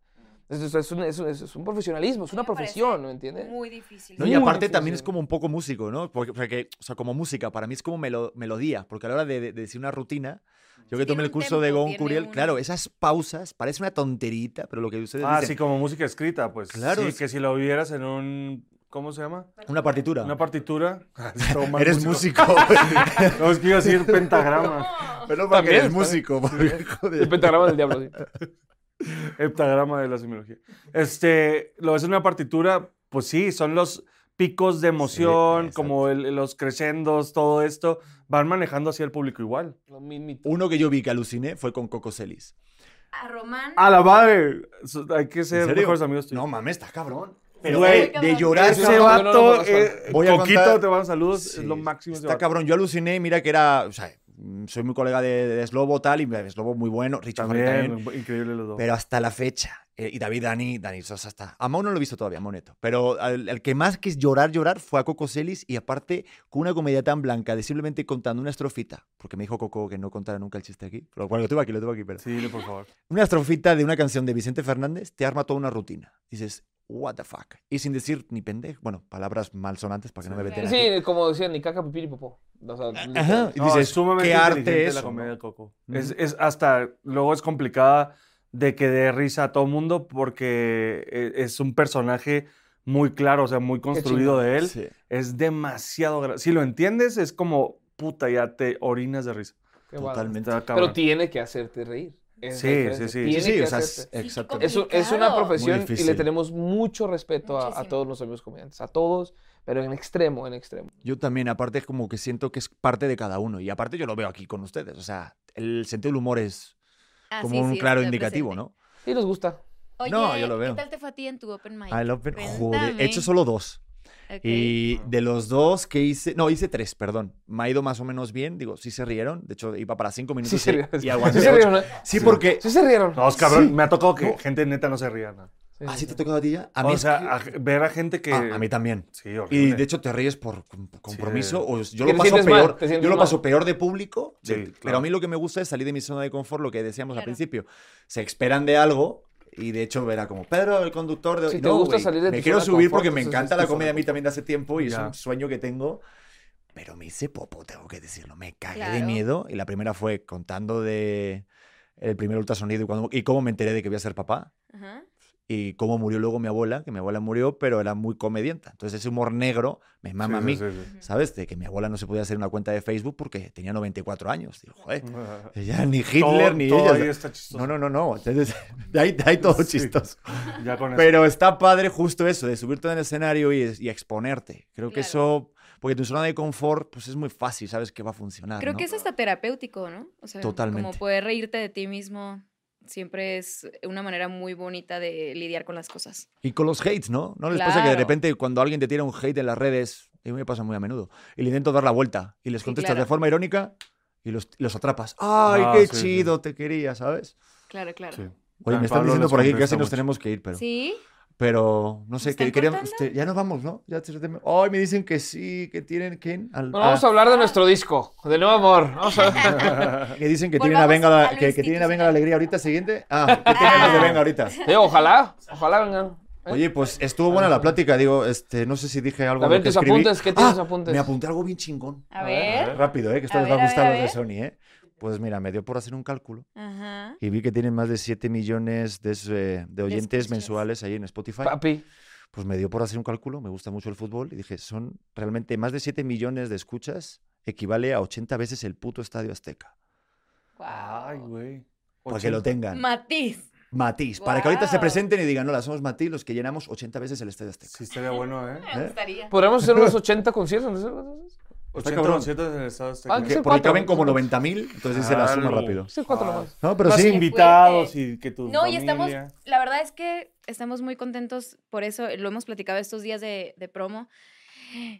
Es, es- es un, es un- es un profesionalismo, es Mm. A mí una me parece profesión, ¿me entiendes? Muy difícil. No, y Muy aparte difícil. también es como un poco músico, ¿no? Porque, porque, o sea, como música, para mí es como melo- melodía, porque a la hora de, de- de decir una rutina, yo que Tiene tomé el un curso de tempo, Gon tiene Curiel, un- claro, esas pausas, parece una tonterita, pero lo que ustedes Ah, sí, dicen, como música escrita, pues. Claro, Claro. Sí, es- que si lo vieras en un. ¿Cómo se llama? una partitura. Una partitura. todo mal eres músico. No, es que iba a decir pentagrama. pero para que eres También, músico, porque, El joder. pentagrama del diablo. sí. Heptagrama de la simbología. Este, lo ves en una partitura, pues sí, son los picos de emoción, exacto. como el- los crescendos, todo esto, van manejando hacia el público igual. Lo mi- mi- Uno que yo vi que aluciné fue con Coco Celis. A Román. ¡A la madre! So- Hay que ¿En ser serio? mejores amigos tuyos. No mames, estás cabrón. Pero Güey, güey, de llorar, Ese no, cabrón. va- no, no, vato, no, eh, Voy a Coquito, contar- te van saludos, Sí, es lo máximo. ese Está vato. cabrón. Yo aluciné y mira que era. O sea, mm, soy muy colega de, de Slobo tal, y me- Slobo muy bueno, Richard Farrell también. También, increíble los dos. Pero hasta la fecha. eh, y David Dani, Dani Sosa está. A Mau no lo he visto todavía, Moneto. Pero al- el que más que llorar, llorar fue a Coco Celis y aparte con una comedia tan blanca de simplemente contando una estrofita. Porque me dijo Coco que no contara nunca el chiste aquí. Pero bueno, lo tengo aquí, lo tengo aquí. Pero. Sí, dile, por favor. Una estrofita de una canción de Vicente Fernández te arma toda una rutina. Dices, what the fuck. Y sin decir ni pendejo. Bueno, palabras malsonantes para que no me Sí. veten aquí. Sí, como decían, ni caca, pipí, ni popó. O sea, Ajá. Y No, dices, es sumamente qué arte inteligente es. la comedia de Coco. Ujú. Es, es hasta, luego es complicada de que dé risa a todo mundo porque e- es un personaje muy claro, o sea, muy construido de él. Sí. Es demasiado, gra- si lo entiendes, es como, puta, ya te orinas de risa. qué bárbaro. totalmente. Está Pero cabrón. tiene que hacerte reír. Esa es la Sí, diferencia. sí, sí. Tiene sí, que o sea, hacerte. es- exacto. Es, un- es una Complicado. profesión y le difícil. tenemos mucho respeto a- a, Muchísimo. todos los amigos comediantes, a todos, pero en extremo, en extremo. Yo también, aparte es como que siento que es parte de cada uno. Y aparte yo lo veo aquí con ustedes. O sea, el sentido del humor es Ah, como sí, un sí, claro está indicativo, presente. ¿no? Y nos gusta. Oye, No, yo lo veo. ¿Qué tal te fue a ti en tu open mic? Al Open- joder, Cuéntame. he hecho solo dos. Ok. Y de los dos que hice, no, hice tres, perdón. Me ha ido más o menos bien, digo, sí se rieron. De hecho, iba para cinco minutos Sí, se y- rieron. y Sí aguanté. se ocho. rieron. ¿eh? Sí, porque... Sí se rieron. No, es cabrón, Sí. me ha tocado que No. gente neta no se ría. ¿no? Sí, ¿Ah, sí sí, sí. te tocó a ti ya? A mí o es sea, que- a- ver a gente que... Ah, a mí también. Sí, Y horrible. de hecho te ríes por com- compromiso. o yo Que lo te paso sientes mal, peor. te sientes yo lo mal. paso peor de público. Sí, de- Pero claro. a mí lo que me gusta es salir de mi zona de confort, lo que decíamos al Claro. principio. Se esperan de algo. Y de hecho verá como, Pedro, el conductor de... Si te no, gusta güey, salir de Me tu quiero zona de subir confort, porque me entonces encanta es la tu zona comedia de a mí también de hace tiempo y Ya. es un sueño que tengo. Pero me hice popo, tengo que decirlo. Me cagué de Claro. miedo. Y la primera fue contando de el primer ultrasonido y, cuando- y cómo me enteré de que voy a ser papá Ajá. y cómo murió luego mi abuela, que mi abuela murió, pero era muy comedianta. Entonces ese humor negro me Sí, mama a sí, mí. sí, sí. Ujú. ¿Sabes? De que mi abuela no se podía hacer una cuenta de Facebook porque tenía 94 años. Digo, joder, Todo- ella ni Hitler ni Mm. todo ella. ahí está chistoso. No, no, no, no. Entonces, de ahí, de ahí todo Sí. chistoso. Ya con eso. Pero está padre justo eso, de subirte en el escenario y, y exponerte. Creo que eso, Claro. porque tu zona de confort, pues es muy fácil, sabes que va a funcionar. Creo ¿no? que es hasta terapéutico, ¿no? O sea, Totalmente. como poder reírte de ti mismo siempre es una manera muy bonita de lidiar con las cosas. Y con los hates, ¿no? No les pasa que de Claro. repente cuando alguien te tira un hate en las redes, y me pasa muy a menudo, y le intento dar la vuelta y les Sí, contestas de claro. forma irónica y los, los atrapas. ¡Ay, Ah, qué sí, sí. chido! Te quería, ¿sabes? Claro, claro. Sí. Oye, Ah, me están Pablo diciendo les por aquí que contesta casi nos mucho. tenemos que ir, pero. ¿Sí? Pero no sé, ¿Están que querían. cortando? este, ya nos vamos, ¿no? Ya se- se- Ay, me dicen que sí, que tienen. ¿Quién? Al- Bueno, vamos a ah, hablar de nuestro disco, de Nuevo Amor. Vamos a- que dicen que tienen a Volvamos Venga, la- al que, que tienen a Venga la Alegría ahorita, siguiente. Ah, que tienen los de Venga ahorita. Eh, ojalá, ojalá vengan. ¿eh? Oye, pues estuvo buena la plática, digo, este, no sé si dije algo. A de ver lo tus escribí. apuntes, ¿qué tienes Ah, apuntes? Me apunté algo bien chingón. A A ver, ver. Rápido, ¿eh? Que esto A les va ver, a a gustar ver, a los de a ver. Sony, ¿eh? Pues mira, me dio por hacer un cálculo Ajá. y vi que tienen más de 7 millones de, s- eh, de oyentes escuchas. mensuales ahí en Spotify. Papi, Pues me dio por hacer un cálculo, me gusta mucho el fútbol y dije, son realmente más de 7 millones de escuchas, equivale a 80 veces el puto estadio Azteca. Guau. Ay, güey. Pues Para que lo tengan. Matiz. Matiz, para que ahorita se Guau. presenten y digan, no, la somos Matiz, los que llenamos 80 veces el estadio Azteca. Sí, estaría bueno, ¿eh? ¿Eh? gustaría. podríamos hacer unos 80 conciertos. ¿no? Hacer 80 cabrón. conciertos en el estado Ah, que Azteca. Porque, son porque cuatro. caben como 90 mil, entonces se la suma Claro. rápido. cuatro Ah. nomás. No, pero Más sí. invitados y que tu No, y estamos, familia- la verdad es que estamos muy contentos por eso, lo hemos platicado estos días de, de promo.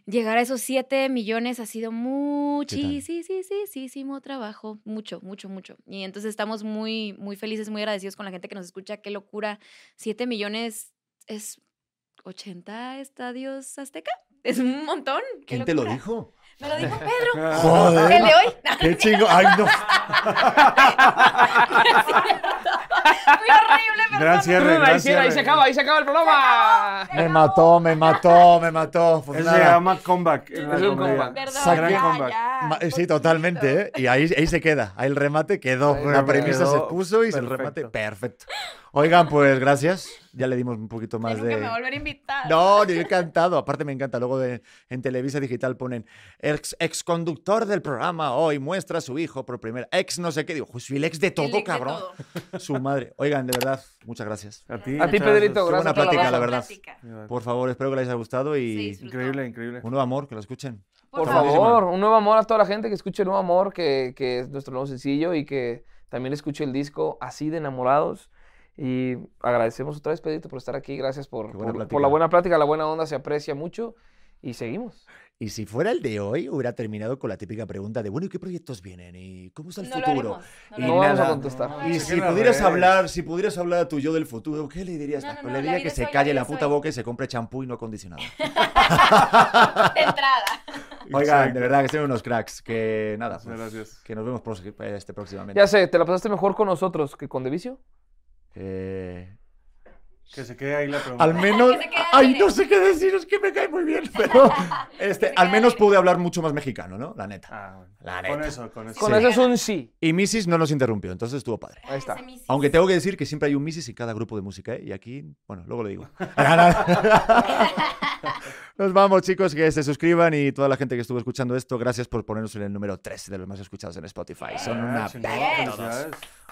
Llegar a esos 7 millones ha sido muchísimo trabajo, mucho, mucho, mucho. Y entonces estamos muy, muy felices, muy agradecidos con la gente que nos escucha. Qué locura, 7 millones es 80 estadios azteca, es un montón. qué ¿Quién te lo locura. dijo? Me lo dijo Pedro, Ah, el Joder. de hoy. Qué chingo. Ay, no. Muy horrible, perdón. Gran cierre, gran Ahí, cierra, ahí se cierre. acaba, ahí se acaba el programa. Me mató, me mató, me mató. Pues Eso se nada. llama comeback. en la Es un comedia. comeback. Perdón, Saqué- ya, comeback. ya, Ma- eh, Sí, poquito. totalmente, ¿eh? Y ahí, ahí se queda. Ahí el remate quedó. Ahí la me premisa se quedó puso y se el remate. perfecto. Perfecto. Oigan, pues gracias. Ya le dimos un poquito Ya más nunca de. me va a volver a invitar. No, yo he cantado. Aparte me encanta. Luego de, en Televisa Digital ponen ex, conductor del programa hoy muestra a su hijo por primera. Ex no sé qué. Digo, "Pues soy el ex de todo, El ex de cabrón. todo. Su madre. Oigan, de verdad, muchas gracias. A ti, A ti, muchas Pedrito, Qué gracias. buena a toda la plática, la raza. verdad. Por favor, espero que les haya gustado Se y disfrutó. Increíble, increíble. un nuevo amor, que lo escuchen. Por Por favor. favor, un nuevo amor a toda la gente que escuche el nuevo amor, que, que es nuestro nuevo sencillo y que también escuche el disco así de enamorados. Y agradecemos otra vez, Pedrito, por estar aquí. Gracias por, Qué buena por- por plática. la buena plática, la buena onda, se aprecia mucho. Y seguimos. Y si fuera el de hoy, hubiera terminado con la típica pregunta de, bueno, ¿y qué proyectos vienen? ¿Y cómo está el No lo futuro? haremos. No Y lo No vamos nada. a contestar. No, Y Chequen si las pudieras redes. hablar, si pudieras hablar a tu yo del futuro, ¿qué le dirías? No, Ah, no, pues no, le la diría vida que es se hoy, la calle la vida es puta hoy. boca y se compre champú y no acondicionado. haremos. De entrada. Oigan, de Exacto. verdad que son unos cracks. Que nada, Muchas pues, gracias. que nos vemos pro- este, próximamente. Ya sé, ¿te la pasaste mejor con nosotros que con Devicio? Eh, Que se quede ahí la pregunta. al menos, Que se quede ay, alegre. no sé qué decir, es que me cae muy bien, pero Que este, se al quede menos alegre. pude hablar mucho más mexicano, ¿no? La neta. Ah, bueno. La Con neta. eso, con eso. Con Sí. eso es un sí. Y Mrs. no nos interrumpió, entonces estuvo padre. Ahí está. Ese misis. Aunque tengo que decir que siempre hay un Mrs. en cada grupo de música, ¿eh? Y aquí, bueno, luego lo digo. No, no, no. Nos vamos, chicos, que se suscriban y toda la gente que estuvo escuchando esto, gracias por ponernos en el número 3 de los más escuchados en Spotify. Son Ah, una chingón, verga todos. felicidades.